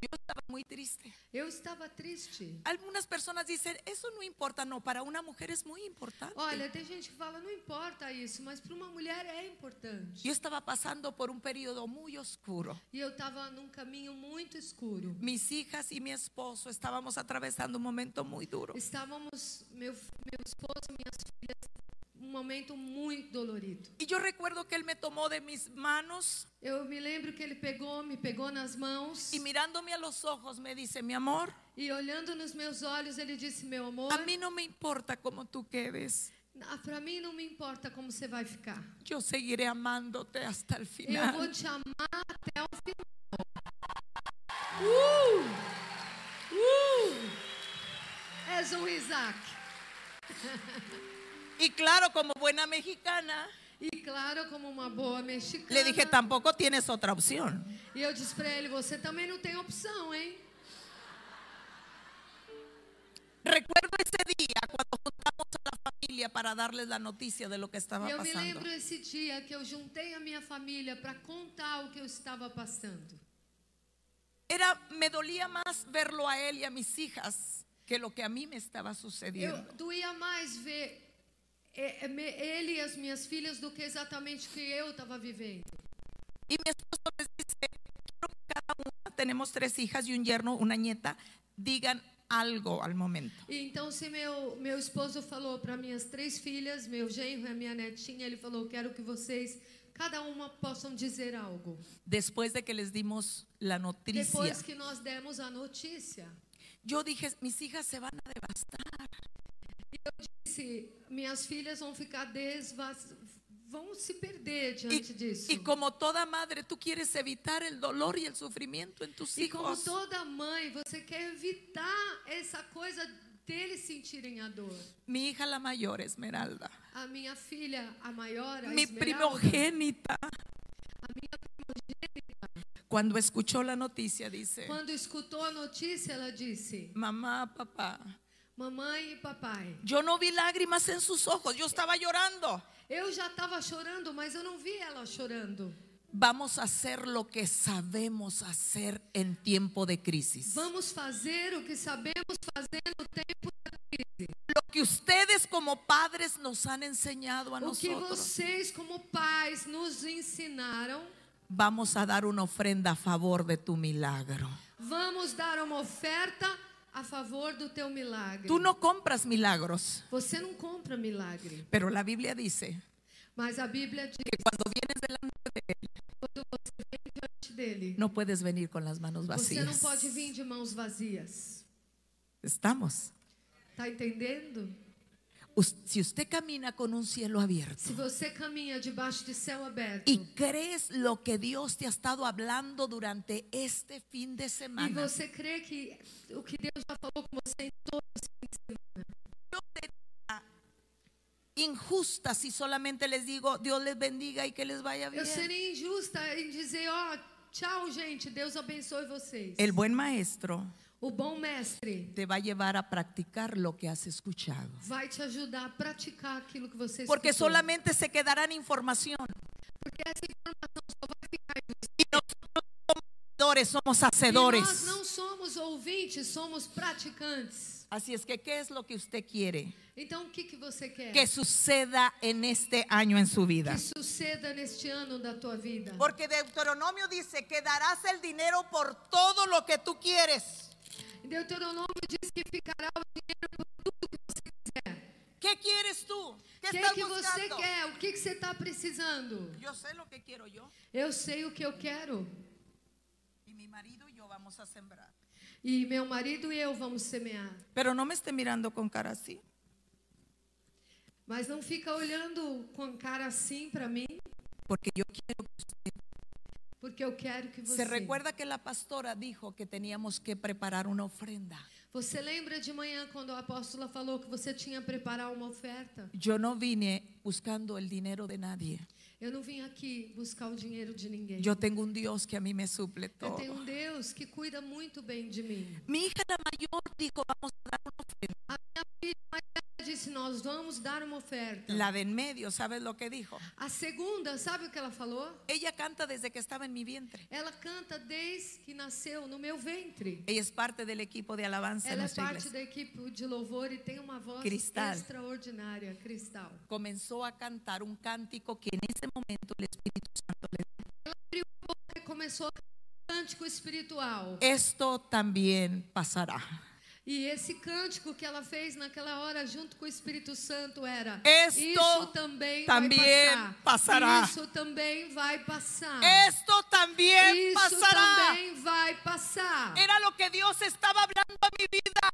Speaker 1: Yo estaba muy triste.
Speaker 2: Eu estava triste.
Speaker 1: Algunas personas dicen, eso no importa, no, para una mujer es muy importante.
Speaker 2: Olha, tem gente que fala, não importa isso, mas para uma mulher é importante.
Speaker 1: Yo estaba pasando por un periodo muy oscuro.
Speaker 2: E eu estava num caminho muito escuro.
Speaker 1: Mis hijas y mi esposo estábamos atravesando un momento muy duro.
Speaker 2: Estávamos, meu, meu esposo, minhas filhas, um momento muito dolorido.
Speaker 1: Y yo recuerdo que él me tomó de mis manos
Speaker 2: Eu me lembro que ele pegou, me pegou nas mãos
Speaker 1: y mirándome a los ojos me dice, mi amor,
Speaker 2: e olhando nos meus olhos, ele disse: Meu amor,
Speaker 1: a mí no me importa cómo tú quedes,
Speaker 2: para mim não me importa como você vai ficar.
Speaker 1: yo seguiré amándote hasta el
Speaker 2: Eu vou
Speaker 1: final.
Speaker 2: te amar até o final. Uh! Uh! És um Isaac.
Speaker 1: Y claro, como buena mexicana,
Speaker 2: E claro, como uma boa mexicana.
Speaker 1: le dije, tampoco tienes otra opción.
Speaker 2: E eu disse pra ele, você também não tem opção, hein?
Speaker 1: Recuerdo ese día cuando juntamos a la familia para darles la noticia de lo que estaba
Speaker 2: E eu me
Speaker 1: pasando.
Speaker 2: lembro esse dia que eu juntei a minha família pra contar o que eu estava passando.
Speaker 1: Era, me dolía más verlo a él y a mis hijas que lo que a mí me estaba
Speaker 2: Eu
Speaker 1: sucediendo.
Speaker 2: doía mais ver eh, me- ele e as minhas filhas do que exatamente o que eu estava vivendo.
Speaker 1: Y mi esposo les dice, quiero que cada una, tenemos tres hijas y un yerno, una nieta, digan algo al momento.
Speaker 2: E Então, se meu, meu esposo falou para minhas três filhas, meu genro e a minha netinha, ele falou: quero que vocês, cada uma, possam dizer algo.
Speaker 1: Después de que les dimos la noticia,
Speaker 2: Depois que nós demos a notícia,
Speaker 1: yo dije, mis hijas se van a devastar.
Speaker 2: disse: minhas filhas vão ficar desvas. vão se perder diante disso.
Speaker 1: Y, y como toda madre, tú quieres evitar el dolor y el sofrimiento en tus
Speaker 2: E como
Speaker 1: hijos.
Speaker 2: toda mãe, você quer evitar essa coisa deles sentirem a dor.
Speaker 1: Mi hija la mayor, Esmeralda.
Speaker 2: A minha filha, a maior, a
Speaker 1: Mi
Speaker 2: Esmeralda,
Speaker 1: primogénita. Cuando escuchó la noticia, dice,
Speaker 2: quando escutou a notícia, ela disse:
Speaker 1: mamá, papá,
Speaker 2: mamãe e papai.
Speaker 1: yo no vi lágrimas en sus ojos, yo estaba llorando.
Speaker 2: Eu já estava chorando, mas eu não vi ela chorando.
Speaker 1: Vamos a hacer lo que sabemos hacer en tiempo de crisis.
Speaker 2: Vamos fazer o que sabemos fazer no tempo.
Speaker 1: Lo que ustedes como padres nos han enseñado a
Speaker 2: O que
Speaker 1: nosotros.
Speaker 2: vocês, como pais, nos ensinaram.
Speaker 1: Vamos a dar una ofrenda a favor de tu milagro.
Speaker 2: Vamos dar uma oferta a favor do teu milagre.
Speaker 1: Tú no compras milagros,
Speaker 2: Você não compra milagre,
Speaker 1: pero la Biblia dice
Speaker 2: mas a Bíblia diz
Speaker 1: que cuando vienes delante
Speaker 2: dele.
Speaker 1: no puedes venir con las manos
Speaker 2: Você
Speaker 1: vacías.
Speaker 2: não pode vir de mãos vazias.
Speaker 1: Estamos.
Speaker 2: Tá entendendo?
Speaker 1: Us- Si usted camina con un cielo abierto
Speaker 2: Se você caminha debaixo de céu aberto
Speaker 1: y crees lo que Dios te ha estado hablando durante este fin de
Speaker 2: e
Speaker 1: semana,
Speaker 2: então você crê que o que Deus já falou com você em todo
Speaker 1: injusta si solamente les digo Dios les bendiga y que les vaya
Speaker 2: Eu
Speaker 1: bien.
Speaker 2: seria injusta em dizer, ó, tchau, gente, Deus abençoe vocês.
Speaker 1: El buen maestro
Speaker 2: O bom mestre
Speaker 1: te va a llevar a practicar lo que has escuchado.
Speaker 2: vai te ajudar a praticar aquilo que você
Speaker 1: Porque
Speaker 2: escutou.
Speaker 1: solamente se quedará en información. Y nosotros somos hacedores, somos
Speaker 2: E nós
Speaker 1: hacedores.
Speaker 2: não somos ouvintes, somos praticantes.
Speaker 1: Así es que, ¿qué es lo que usted quiere
Speaker 2: Então, o que, que você quer
Speaker 1: que suceda en este año en su vida?
Speaker 2: que suceda neste ano da tua vida?
Speaker 1: Porque Deuteronomio dice que darás el dinero por todo lo que tú quieres.
Speaker 2: Deuteronômio diz que ficará o
Speaker 1: ¿Qué quieres tú? ¿Qué
Speaker 2: que,
Speaker 1: estás
Speaker 2: que você
Speaker 1: buscando?
Speaker 2: quer, o que, que você está precisando.
Speaker 1: Yo sé lo que quiero yo
Speaker 2: Eu sei o que eu quero.
Speaker 1: y mi marido y yo vamos a sembrar.
Speaker 2: E meu marido e eu vamos semear.
Speaker 1: Pero no me esté mirando con cara así.
Speaker 2: Mas não fica olhando com cara assim para mim,
Speaker 1: Porque yo quiero.
Speaker 2: porque eu quero que você.
Speaker 1: Se recuerda que la pastora dijo que teníamos que preparar una ofrenda.
Speaker 2: Você lembra de manhã quando a apóstola falou que você tinha preparar uma oferta?
Speaker 1: Yo no vine buscando el dinero de nadie.
Speaker 2: Eu não vim aqui buscar o dinheiro de ninguém.
Speaker 1: Yo tengo un Dios que a mí me suple
Speaker 2: Eu
Speaker 1: todo.
Speaker 2: tenho um Deus que cuida muito bem de mim.
Speaker 1: Mi hija la mayor dijo, vamos a dar una ofrenda.
Speaker 2: Ela disse: Nós vamos dar uma oferta.
Speaker 1: La de en medio, ¿sabes lo que dijo?
Speaker 2: A segunda, sabe o que ela falou?
Speaker 1: Ella canta desde que estaba en mi vientre.
Speaker 2: Ela canta desde que nasceu no meu ventre.
Speaker 1: Ella es parte del equipo de alabanza en
Speaker 2: Ela é
Speaker 1: nuestra
Speaker 2: parte
Speaker 1: iglesia.
Speaker 2: da equipe de louvor e tem uma voz
Speaker 1: Cristal.
Speaker 2: extraordinária, Cristal.
Speaker 1: Comenzó a cantar un cántico que en ese momento el Espíritu Santo le
Speaker 2: E começou o cântico
Speaker 1: dijo,
Speaker 2: espiritual.
Speaker 1: esto también pasará.
Speaker 2: E esse cântico que ela fez naquela hora junto com o Espírito Santo era
Speaker 1: Esto
Speaker 2: Isso também,
Speaker 1: também
Speaker 2: vai passar.
Speaker 1: passará.
Speaker 2: Isso também vai passar.
Speaker 1: Ah. Esto también
Speaker 2: Isso
Speaker 1: pasará.
Speaker 2: também vai passar.
Speaker 1: Era lo que Dios estaba hablando a mi vida,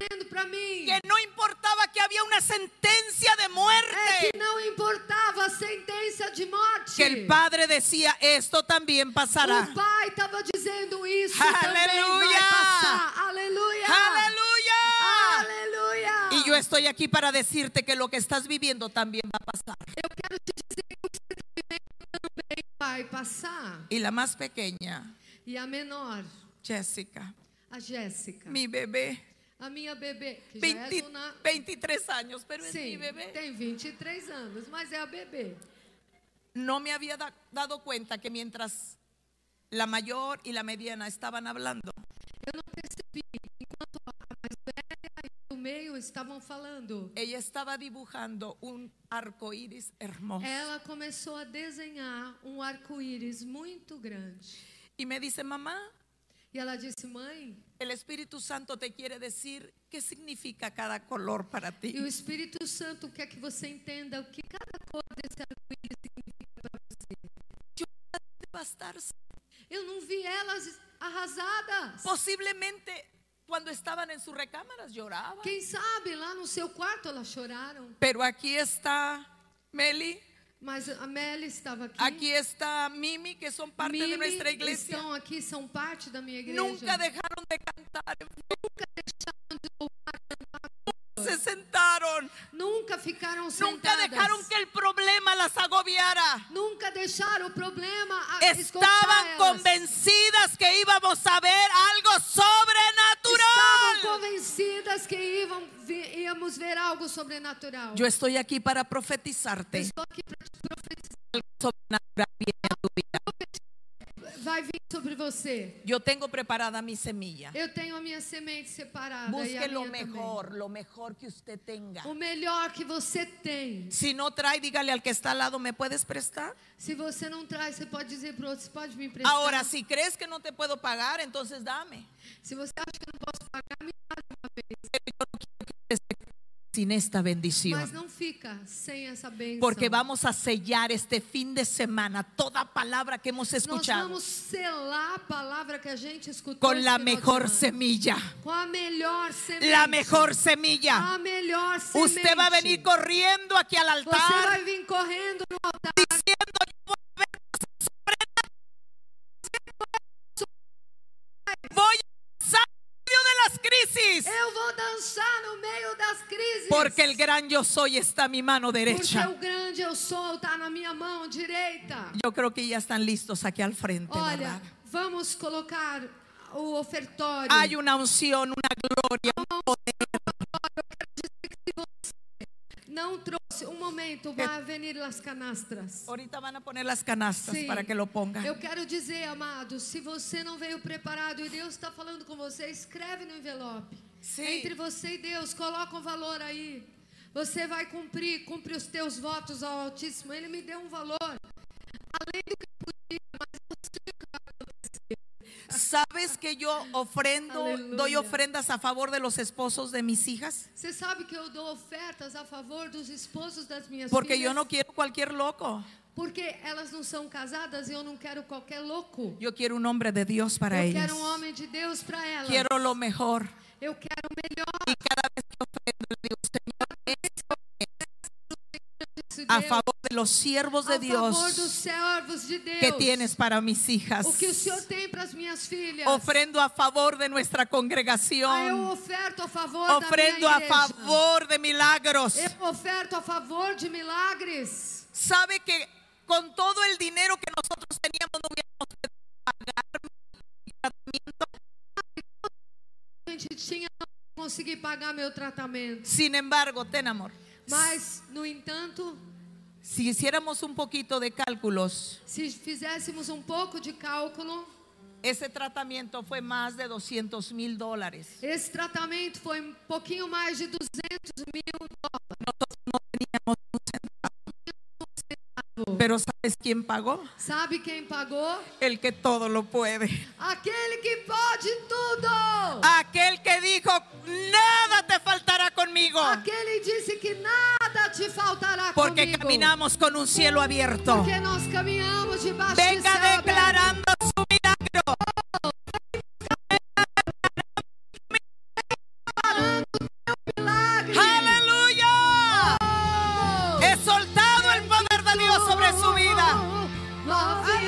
Speaker 2: Entendo para mim.
Speaker 1: que no importaba que había una sentencia de
Speaker 2: É
Speaker 1: muerte.
Speaker 2: que não importava a sentença de morte.
Speaker 1: Que el Padre decía, esto también pasará.
Speaker 2: O pai estava dizendo isso também
Speaker 1: Aleluia!
Speaker 2: vai passar. Aleluia.
Speaker 1: Aleluya.
Speaker 2: Aleluia.
Speaker 1: Y yo estoy aquí para decirte que lo que estás viviendo también va a pasar.
Speaker 2: Vai passar.
Speaker 1: Y la más pequeña,
Speaker 2: E a menor,
Speaker 1: Jessica,
Speaker 2: a Jéssica,
Speaker 1: mi bebê,
Speaker 2: a minha bebê, que já é
Speaker 1: 20
Speaker 2: dona...
Speaker 1: 23 años, pero es mi
Speaker 2: Sim,
Speaker 1: bebé.
Speaker 2: tem 23 anos, mas é a bebê.
Speaker 1: No me había da- dado cuenta que mientras la mayor y la mediana estaban hablando,
Speaker 2: No meio estavam falando.
Speaker 1: ella estaba dibujando un arco iris hermoso.
Speaker 2: Ela começou a desenhar um arco-íris muito grande.
Speaker 1: Y me dice, mamá,
Speaker 2: E ela disse, mãe,
Speaker 1: el Espíritu Santo te quiere decir qué significa cada color para
Speaker 2: E o
Speaker 1: ti.
Speaker 2: Espírito Santo quer que você entenda o que cada cor desse arco-íris significa para você.
Speaker 1: Bastarse.
Speaker 2: Eu não vi elas arrasadas.
Speaker 1: Posiblemente cuando estaban en sus recámaras lloraban.
Speaker 2: Quem sabe lá no seu quarto elas choraram.
Speaker 1: Pero aquí está Meli,
Speaker 2: Mas a Meli estava aqui.
Speaker 1: aquí está Mimi, que son parte
Speaker 2: Mimi
Speaker 1: de nuestra iglesia.
Speaker 2: estão aqui, são parte da minha igreja.
Speaker 1: Nunca dejaron de cantar. Nunca se sentaron.
Speaker 2: Nunca ficaram
Speaker 1: Nunca
Speaker 2: sentadas.
Speaker 1: dejaron que el problema las agobiara.
Speaker 2: Nunca deixaram o problema a- esgotar
Speaker 1: Estaban
Speaker 2: elas.
Speaker 1: convencidas que íbamos a ver algo
Speaker 2: Estavam
Speaker 1: sobrenatural.
Speaker 2: convencidas que iam, vi- íamos ver algo sobrenatural.
Speaker 1: Yo estoy aquí para profetizarte.
Speaker 2: Estou aqui pra te profetizar.
Speaker 1: Algo sobrenatural viene a tu vida.
Speaker 2: Vai vir sobre você.
Speaker 1: Yo tengo preparada mi semilla.
Speaker 2: Eu tenho a minha semente separada. e a
Speaker 1: Busque lo
Speaker 2: minha também.
Speaker 1: mejor, lo mejor que usted tenga.
Speaker 2: O melhor que você tem.
Speaker 1: Si no trae, dígale al que está al lado, ¿me puedes prestar?
Speaker 2: Se você não traz, você pode dizer para outro, você pode me emprestar.
Speaker 1: Ahora, si crees que no te puedo pagar, entonces dame.
Speaker 2: Se você acha que eu não posso pagar, me dá.
Speaker 1: Sin esta
Speaker 2: Mas
Speaker 1: bendición.
Speaker 2: não fica sem essa bênção.
Speaker 1: Porque vamos a sellar este fin de semana toda palabra que hemos
Speaker 2: Nós
Speaker 1: escuchado
Speaker 2: vamos selar a palavra que a gente escutou.
Speaker 1: con este
Speaker 2: esse
Speaker 1: la
Speaker 2: final de
Speaker 1: mejor
Speaker 2: semana.
Speaker 1: semilla.
Speaker 2: Com a melhor semente.
Speaker 1: La mejor semilla.
Speaker 2: A melhor semente.
Speaker 1: Usted va a venir corriendo aquí al
Speaker 2: Você
Speaker 1: altar
Speaker 2: vai vir correndo no altar.
Speaker 1: diciendo, "Yo voy a ver cosas sobrenaturales. Voy a salir de las crisis crisis.
Speaker 2: Eu vou dançar no meio das crises.
Speaker 1: Porque el gran yo soy está a mi mano
Speaker 2: Porque
Speaker 1: derecha.
Speaker 2: o grande eu sou está na minha mão direita.
Speaker 1: Yo creo que ya están listos aquí al frente,
Speaker 2: Olha,
Speaker 1: ¿verdad?
Speaker 2: vamos colocar o ofertório.
Speaker 1: Hay una unción, una gloria.
Speaker 2: Não trouxe um momento, vai venir las canastras.
Speaker 1: Ahorita van a poner las canastas
Speaker 2: Sim.
Speaker 1: para que lo
Speaker 2: Eu
Speaker 1: pongan.
Speaker 2: quero dizer, amados, se você não veio preparado e Deus está falando com você, escreve no envelope.
Speaker 1: Sim.
Speaker 2: Entre você e Deus, coloca um valor aí. Você vai cumprir, cumpre os teus votos ao Altíssimo. Ele me deu um valor.
Speaker 1: ¿Sabes que yo ofrendo,
Speaker 2: Aleluya. Pues
Speaker 1: doy ofrendas a favor de los esposos de mis hijas?
Speaker 2: Você sabe que eu dou ofertas a favor dos esposos das minhas
Speaker 1: Porque
Speaker 2: filhas.
Speaker 1: yo no quiero cualquier loco.
Speaker 2: Porque elas não são casadas e eu não quero qualquer louco.
Speaker 1: Yo quiero un hombre de Dios para
Speaker 2: eu
Speaker 1: ellas.
Speaker 2: quero um homem de Deus para elas.
Speaker 1: Quiero lo mejor.
Speaker 2: Eu quero o
Speaker 1: Y cada vez que ofrendo, le digo, Señor, é
Speaker 2: melhor de
Speaker 1: a
Speaker 2: Deus.
Speaker 1: favor de los siervos de
Speaker 2: a favor dos
Speaker 1: Dios
Speaker 2: servos de Deus.
Speaker 1: que tienes para mis hijas.
Speaker 2: O que o Senhor tem para as minhas filhas.
Speaker 1: Ofrendo a favor de nuestra
Speaker 2: Ah, eu
Speaker 1: congregación.
Speaker 2: oferto a favor
Speaker 1: Ofrendo
Speaker 2: da
Speaker 1: a
Speaker 2: minha igreja.
Speaker 1: favor de milagros.
Speaker 2: Eu oferto a favor de milagres.
Speaker 1: Sabe que con todo el dinero que nosotros teníamos no hubiéramos podido
Speaker 2: A gente tinha não consegui pagar meu tratamento.
Speaker 1: Sin embargo, ten amor.
Speaker 2: Mas, no entanto,
Speaker 1: Si hiciéramos un poquito de cálculos,
Speaker 2: se fizéssemos um pouco de cálculo,
Speaker 1: ese tratamiento fue más de 200 mil dólares.
Speaker 2: esse tratamento foi um pouquinho mais de 200 mil.
Speaker 1: Pero ¿sabes quién pagó?
Speaker 2: Sabe quem pagou?
Speaker 1: El que todo lo puede.
Speaker 2: Aquele que pode tudo!
Speaker 1: Aquel que dijo, nada te faltará conmigo.
Speaker 2: Aquele disse que nada te faltará
Speaker 1: Porque
Speaker 2: comigo.
Speaker 1: caminamos con un cielo abierto.
Speaker 2: Porque nós caminhamos debaixo do céu
Speaker 1: Venga
Speaker 2: aberto.
Speaker 1: declarando su milagro.
Speaker 2: milagre.
Speaker 1: Aleluya.
Speaker 2: Oh!
Speaker 1: Exaltado el poder de Dios sobre su vida.
Speaker 2: Nove